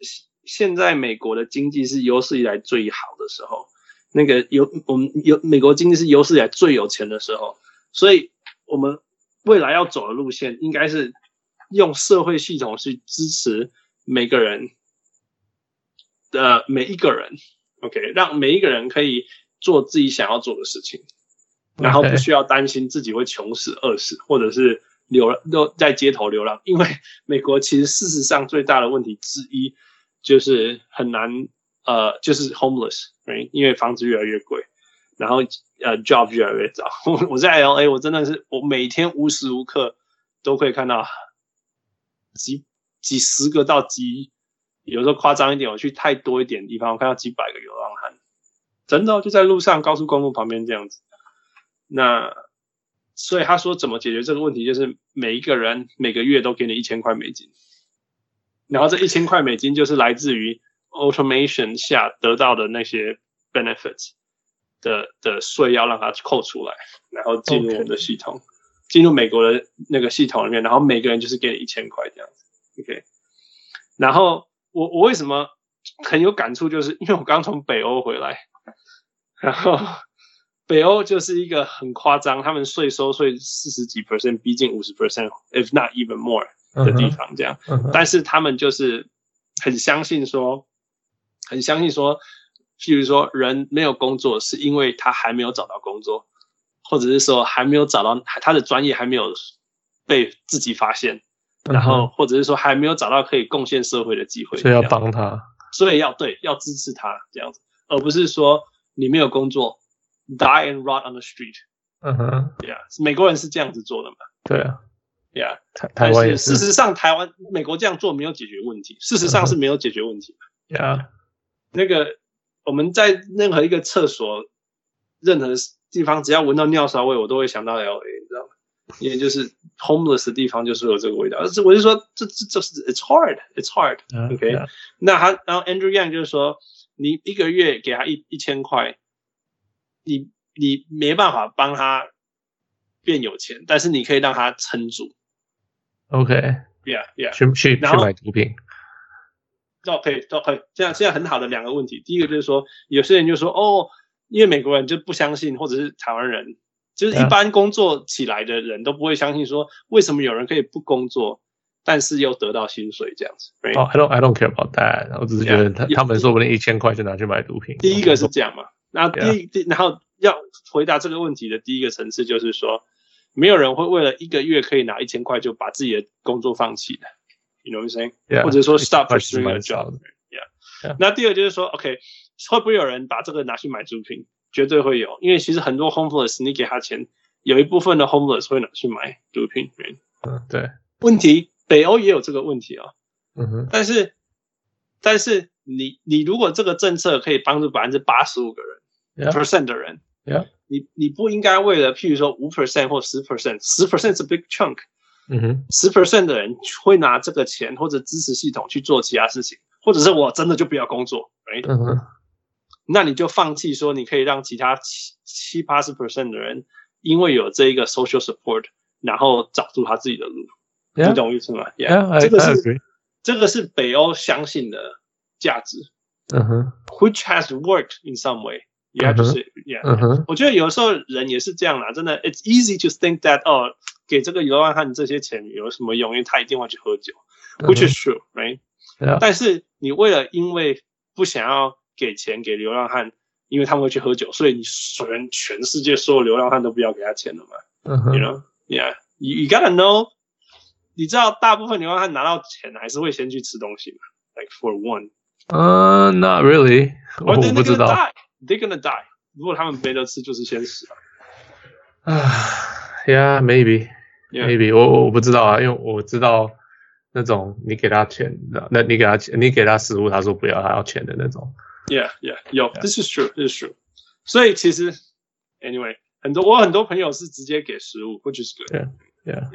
现现在美国的经济是有史以来最好的时候，那个有我们有美国经济是有史以来最有钱的时候，所以我们未来要走的路线应该是用社会系统去支持每个人的每一个人，OK，让每一个人可以做自己想要做的事情，然后不 OK 需要担心自己会穷死、饿死，或者是流浪都在街头流浪。因为 美国其实事实上最大的问题之一就是很难呃，就是 homeless，right？因为房子越来越贵，然后呃 job 越来越早。 我我在 LA，我真的是我每天无时无刻都可以看到几几十个到几，有时候夸张一点，我去太多一点的地方，我看到几百个流浪汉，真的哦、就在路上高速公路旁边这样子。那所以他说怎么解决这个问题，就是每一个人每个月都给你一千块美金，然后这一千块美金就是来自于 automation 下得到的那些 benefits 的的税要让它扣出来，然后进入我们的系统进入美国的那个系统里面，然后每个人就是给你一千块这样子，OK。然后我我为什么很有感触，就是因为我刚从北欧回来，然后北欧就是一个很夸张，他们税收税四十几 percent，逼近五十 percent，if not even more 嗯的地哼方这样。嗯哼但是他们就是很相信说，很相信说，譬如说人没有工作是因为他还没有找到工作，或者是说还没有找到他的专业还没有被自己发现，嗯然后或者是说还没有找到可以贡献社会的机会，所以要这样帮他，所以要对要支持他这样子，而不是说你没有工作，die and rot on the street。嗯哼，对啊，美国人是这样子做的嘛？对啊，对啊，台台但湾也是是事实上，台湾美国这样做没有解决问题，事实上是没有解决问题。 ，Yeah，那个我们在任何一个厕所、任何地方，只要闻到尿骚味，我都会想到 L A，你知道吗？因为就是 homeless 的地方就是有这个味道。这我就说，这这这是 it's hard，it's hard。OK yeah，那他，然后 Andrew Yang 就是说，你一个月给他一一千块，你你没办法帮他变有钱，但是你可以让他撑住。 ，OK， Yeah, yeah，去去然去后买毒品，都可以，都可以。这样现在很好的两个问题，第一个就是说，有些人就说哦，因为美国人就不相信，或者是台湾人，就是一 Yeah. 般工作起来的人都不会相信说，为什么有人可以不工作，但是又得到薪水这样子。Right? 哦、i don't I don't care about that，我只是觉得 Yeah，他 yeah，他们说不定一千块就拿去买毒品，第一个是这样嘛，那第 Yeah. 第然后要回答这个问题的第一个层次就是说，没有人会为了一个月可以拿一千块就把自己的工作放弃的，you know what I'm saying？ Yeah，或者说1000 stop 块其实 pursuing a 蛮少 job 的。Yeah. 那第二就是说，OK，会不会有人把这个拿去买毒品？绝对会有，因为其实很多 homeless，你给他钱，有一部分的 homeless 会拿去买毒品。嗯，对，问题，北欧也有这个问题哦。嗯哼，但是，但是你你如果这个政策可以帮助百分之八十五个人 Yeah. percent 的人 Yeah. 你你不应该为了譬如说五 percent 或十 percent，十 percent 是 big chunk，嗯哼，十 percent 的人会拿这个钱或者支持系统去做其他事情，或者是我真的就不要工作，right？嗯哼，那你就放弃说你可以让其他七七八十 percent 的人，因为有这一个 social support，然后找出他自己的路。 Yeah. 你懂我意思吗 Yeah, I, 这个 I 是 agree. 这个是北欧相信的价值嗯哼， ，which has worked in some way. You have to 嗯哼 say, yeah. 嗯哼，我觉得有时候人也是这样啦，真的，it's easy to think that 哦，给这个流浪汉这些钱有什么用？因为他一定会去喝酒、w h i c h is true，right？、 Yeah. 但是你为了因为不想要给钱给流浪汉，因为他们会去喝酒，所以你全全世界所有流浪汉都不要给他钱了嘛？嗯哼 you know, yeah, you you gotta know. 你知道大部分流浪汉拿到钱还是会先去吃东西嘛？Like for one, 呃、n o t really，我 or then 不 they're 知 gonna 道。 die. They're gonna die. 如果他们没得吃，就是先死 了。啊，Yeah，maybe，maybe， Yeah. 我我我不知道啊，因为我知道那种你给他钱，那你给他钱，你给他食物，他说不要，他要钱的那种。 Yeah, yeah, 有 this is true, this is true. 所以其实，anyway，很多我很多朋友是直接给食物，which is good. Yeah, yeah.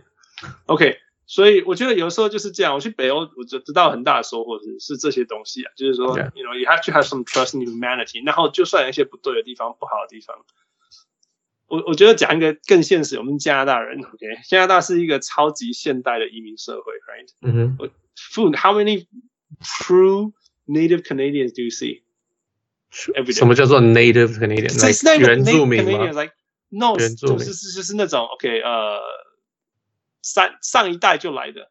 OK，所以我觉得有时候就是这样。我去北欧，我就得到很大的收获是是这些东西啊，就是说 Yeah. you know you have to have some trust in humanity。然后就算有一些不对的地方、不好的地方，我我觉得讲一个更现实，我们加拿大人，OK，加拿大是一个超级现代的移民社会，right？嗯哼， Food, how many true native Canadians do you see? Every day. 什么叫做 native Canadian？ So it's 那 not even 原 Native 住民 Canadian, 吗？ like no，原住就民是是就是那种 OK 呃，上上一代就来的，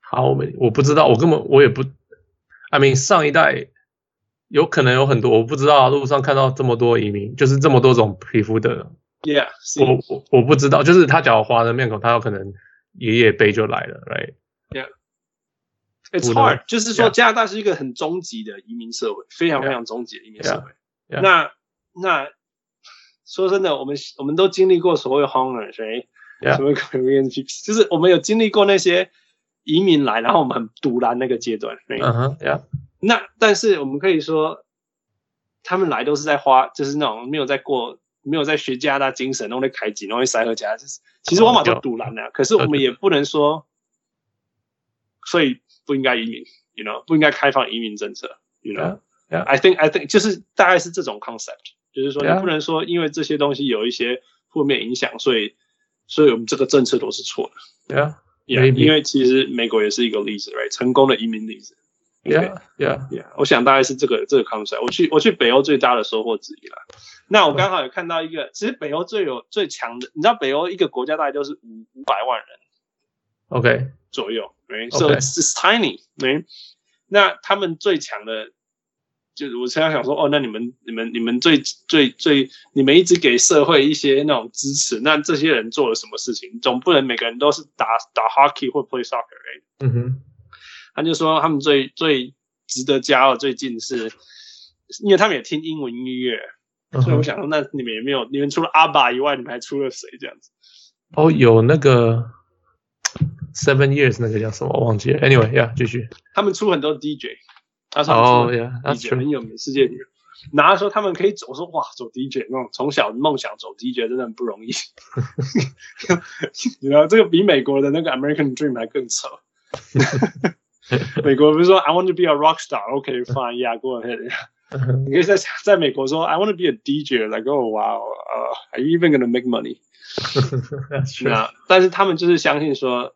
好，我们我不知道，我根本我也不，I mean 上一代有可能有很多，我不知道啊路上看到这么多移民，就是这么多种皮肤的， Yeah，我我我不知道，就是他讲华人面孔，他有可能爷爷辈就来了，right？ it's 我 hard，的就是说 Yeah 加拿大是一个很终极的移民社会，非常 Yeah 非常终极的移民社会。 Yeah 那那说真的，我们我们都经历过所谓 homeless，谁 Yeah 所谓 Korean people，就是我们有经历过那些移民来，然后我们很独揽那个阶段。谁嗯哼，yeah。那但是我们可以说，他们来都是在花，就是那种没有在过，没有在学加拿大精神，然后在开机，然后在塞和加，就是其实哦往往都有堵拦了、可是我们也不能说，所以不应该移民，you know，不应该开放移民政策，you know。 Yeah, yeah. I think I think 就是大概是这种 concept，就是说你 Yeah. 不能说因为这些东西有一些负面影响，所以所以我们这个政策都是错的。 Yeah, Yeah, Maybe. 因为其实美国也是一个例子，right？成功的移民例子。OK yeah, yeah. Yeah，我想大概是这个这个 concept。我去我去北欧最大的收获之一啦。那我刚好有看到一个，其实北欧最有最强的，你知道北欧一个国家大概就是五五百万人 OK，左右，right? OK So it's, it's tiny, right? 那他们最强的，就是我常常想说，哦，那你们你们你们最最最，你们一直给社会一些那种支持，那这些人做了什么事情？总不能每个人都是打打 hockey 或 play soccer，right？嗯哼，他就说他们最最值得骄傲，最近是，因为他们也听英文音乐，嗯所以我哼想说，那你们也没有，你们除了阿爸以外，你们还出了谁这样子？哦，有那个 Seven Years 那个叫什么忘记了。Anyway，yeah，继续。他们出很多 DJ，他说哦他们出很多，yeah，that's DJ true 很。有名，世界名。然后他说他们可以走，我说哇，走 DJ 那种从小梦想走 DJ 真的很不容易。 你知道这个比美国的那个 American Dream 还更 扯。 美国不是说 I want to be a rock star，OK，fine，yeah，go、ahead。嗯哼你可以在在美国说 I want to be a DJ，like oh wow，呃、a r e you even gonna make money？ That's true. 那 但是他们就是相信说，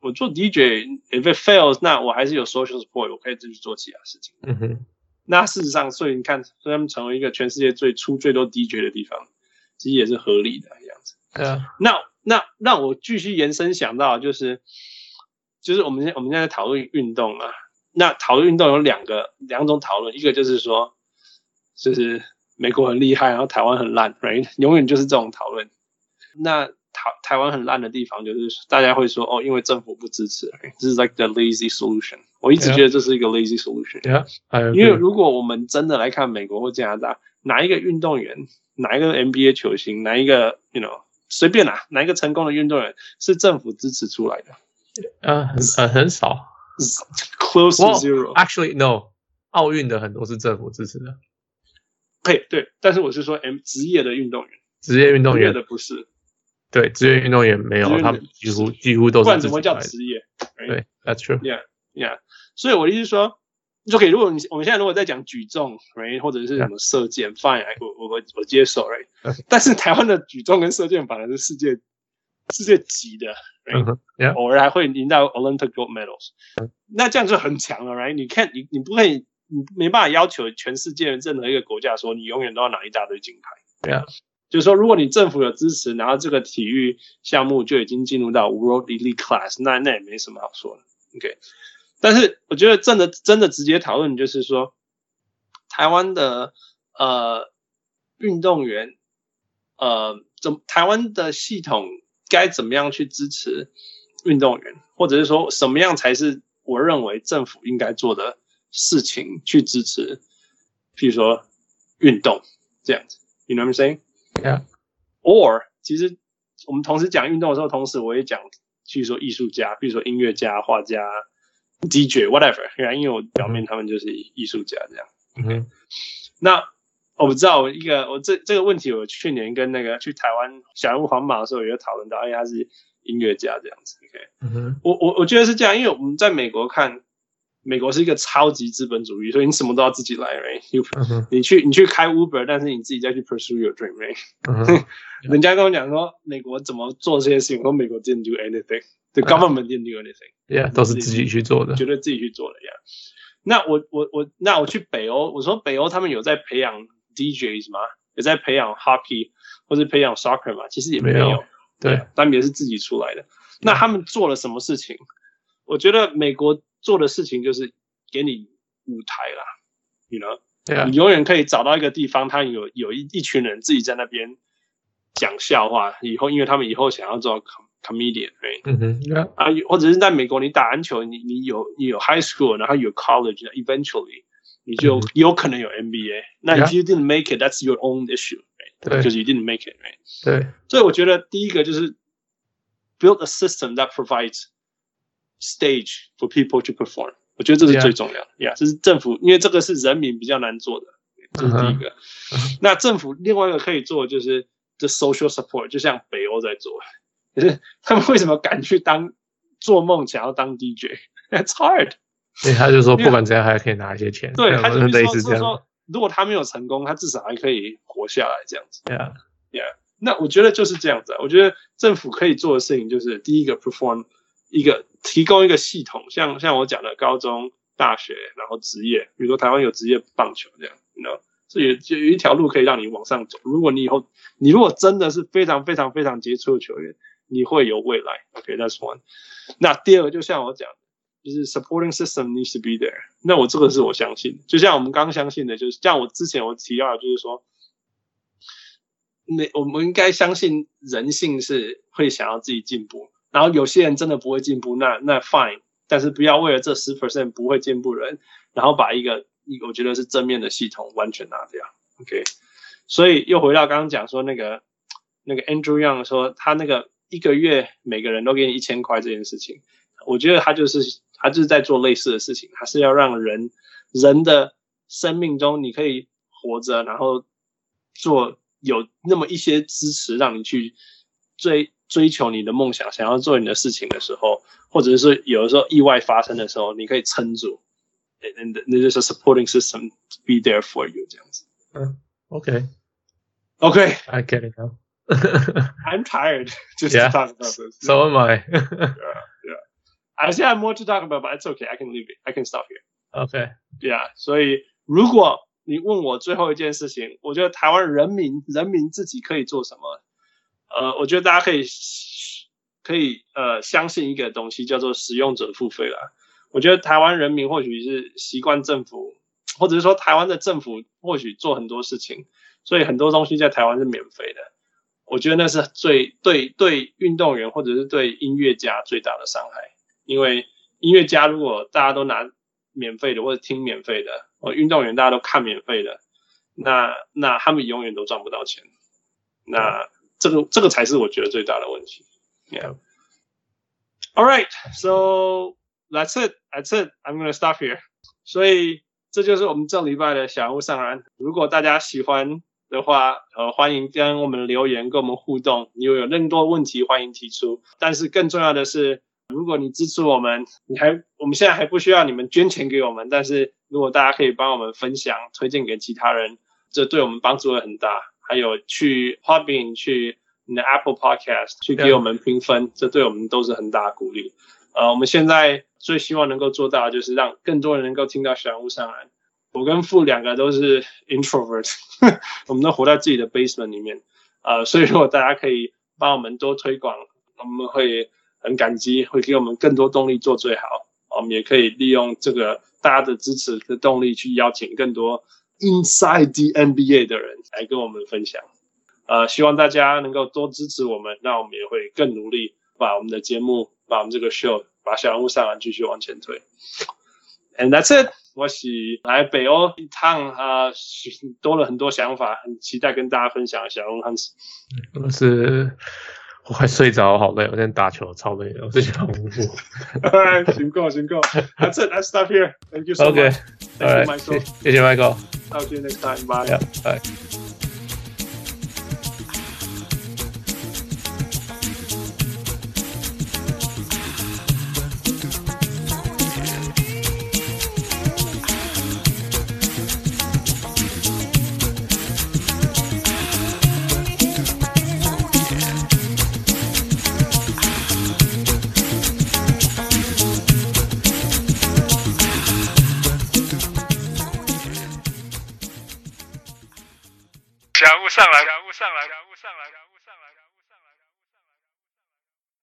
我做 DJ，if it fails，那我还是有 social support，我可以继续做其他事情。嗯哼，那事实上，所以你看，所以他们成为一个全世界最出最多 DJ 的地方，其实也是合理的这样子。对啊，那那让我继续延伸想到，就是就是我们现我们现在讨论运动嘛，那讨论运动有两个两种讨论，一个就是说，就是美国很厉害，然后台湾很烂，right？永远就是这种讨论。那台台湾很烂的地方，就是大家会说哦，因为政府不支持，right？这是 like the lazy solution。我一直 Yeah. 觉得这是一个 lazy solution。还有因为如果我们真的来看美国或加拿大，哪一个运动员，哪一个 NBA 球星，哪一个 you know 随便啦、哪一个成功的运动员是政府支持出来的啊，很呃很少。 It's？Close to 哇 zero。 Actually no，奥运的很多是政府支持的，呸，对，但是我是说 M 职业的运动员，职业运动职业员的不是，对职业运动员没职业有，运他们几乎几乎都不是然自怎么己叫来的。职业对，That's true。 ？Yeah，所以我的意思是说， OK，如果你我们现在如果在讲举重，right，或者是什么射箭，fine，我我我我接受，right。但是台湾的举重跟射箭反而是世界世界级的嗯哼，Yeah，偶尔还会赢到 Olympic gold medals，那这样就很强了，right？你看，你你不可以，你没办法要求全世界任何一个国家说你永远都要拿一大堆金牌。 Yeah 就是说，如果你政府有支持，然后这个体育项目就已经进入到 World Elite Class，那那也没什么好说的，OK。但是我觉得真的真的直接讨论就是说，台湾的呃运动员，呃，怎台湾的系统该怎么样去支持运动员，或者是说什么样才是我认为政府应该做的事情去支持，譬如说运动这样子，you know what I'm saying？ Yeah. Or 其实我们同时讲运动的时候，同时我也讲，譬如说艺术家，比如说音乐家、画家、DJ whatever，因为我表面他们就是艺术家这样。嗯哼那哦我不知道，我一个我这这个问题，我去年跟那个去台湾小人物黄马的时候，也有讨论到，哎，他是音乐家这样子。OK，嗯 哼我我我觉得是这样，因为我们在美国看，美国是一个超级资本主义，所以你什么都要自己来，right？You 嗯哼你去你去开 Uber，但是你自己再去 pursue your dream，right？嗯哼人家跟我讲说美国怎么做这些事情，我说美国 didn't do anything，the government didn't do anything，、 ，Yeah，都是自己去做 的觉。得自己去做了呀。那我我我那我去北欧，我说北欧他们有在培养 DJs 吗？有在培养 hockey 或是培养 soccer 吗？其实也没没有对，他们也是自己出来的。那他们做了什么事情？我觉得美国做的事情就是给你舞台啦，你 you know。 Yeah，你永远可以找到一个地方，他有有一一群人自己在那边讲笑话，以后因为他们以后想要做 com- comedian，对嗯哼，Yeah，啊，有或者是在美国你打篮球，你你有你有 high school，然后有 college，eventually 你就嗯有可能有 NBA。那 Yeah if you didn't make it，that's your own issue，对就是 you didn't make it，right？对所以我觉得第一个就是 build a system that provides stage for people to perform。我觉得这是 Yeah. 最重要的，Yeah，这是政府，因为这个是人民比较难做的，这是第一个。那政府另外一个可以做的就是 the social support，就像北欧在做， 可是他们为什么敢去当做梦想要当 DJ？That's hard。 所以他就说因为不管怎样还可以拿一些钱，对，这他样就 就是类说似这说样。说，如果他没有成功，他至少还可以活下来这样子。 Yeah，那我觉得就是这样子、啊。我觉得政府可以做的事情就是第一个 perform 一个提供一个系统，像像我讲的高中、大学，然后职业，比如说台湾有职业棒球这样，你知道，这有有一条路可以让你往上走。如果你以后你如果真的是非常非常非常杰出的球员，你会有未来。OK，that's、one。那第二个就像我讲的。就是 supporting system needs to be there。那我这个是我相信的，就像我们刚刚相信的，就是像我之前我提到的，就是说，那我们应该相信人性是会想要自己进步，然后有些人真的不会进步，那那 fine，但是不要为了这十 percent 不会进步的人，然后把一个一个我觉得是正面的系统完全拿掉。OK，所以又回到刚刚讲说那个那个 Andrew Young 说他那个一个月每个人都给你一千块这件事情，我觉得他就是他就是在做类似的事情，他是要让人人的生命中你可以活着，然后做有那么一些支持，让你去追追求你的梦想，想要做你的事情的时候，或者是有的时候意外发生的时候，你可以撑住，and and there's a supporting system to be there for you 这样子。 ，OK，I Okay, get it now 。 I'm tired. Just Yeah. to talk about this. So am I 。 I still have more to talk about, but it's okay. I can leave it. I can stop here. OK， Yeah. 啊所以如果你问我最后一件事情，我觉得台湾人民人民自己可以做什么？呃，我觉得大家可以可以呃相信一个东西叫做使用者付费啦。我觉得台湾人民或许是习惯政府，或者是说台湾的政府或许做很多事情，所以很多东西在台湾是免费的。我觉得那是最对对运动员或者是对音乐家最大的伤害，因为音乐家如果大家都拿免费的或者听免费的，哦，运动员大家都看免费的，那那他们永远都赚不到钱。那这个这个才是我觉得最大的问题。Yeah. All right, so that's it. That's it. I'm gonna stop here. 所以这就是我们这礼拜的小人物上篮。如果大家喜欢的话，呃，欢迎跟我们留言，跟我们互动。你有更多问题，欢迎提出。但是更重要的是，如果你支持我们，你还我们现在还不需要你们捐钱给我们，但是如果大家可以帮我们分享、推荐给其他人，这对我们帮助会很大。还有去 Podbean、去你的 Apple Podcast 去给我们评分，这对我们都是很大的鼓励。呃，我们现在最希望能够做到的就是让更多人能够听到小人物上来。我跟富两个都是 introvert，我们 都活在自己的 basement 里面。呃，所以如果大家可以帮我们多推广，我们会很感激，会给我们更多动力做最好。哦我们也可以利用这个大家的支持的动力，去邀请更多 inside the NBA 的人来跟我们分享。呃，希望大家能够多支持我们，那我们也会更努力把我们的节目、把我们这个 show、把小人物上篮继续往前推。And that's it。我是来北欧一趟啊、呃，多了很多想法，很期待跟大家分享。小人物汉斯，我是我快睡着，我好累，我今天打球超累的，我是小人物。 Alright，行够行够，That's it，I stop here。Thank you so OK， much。 a l Thank you, Michael. right，谢谢 Michael， Talk to you next time. Bye. 呀，拜。小屋上来，小屋上来，小屋上来。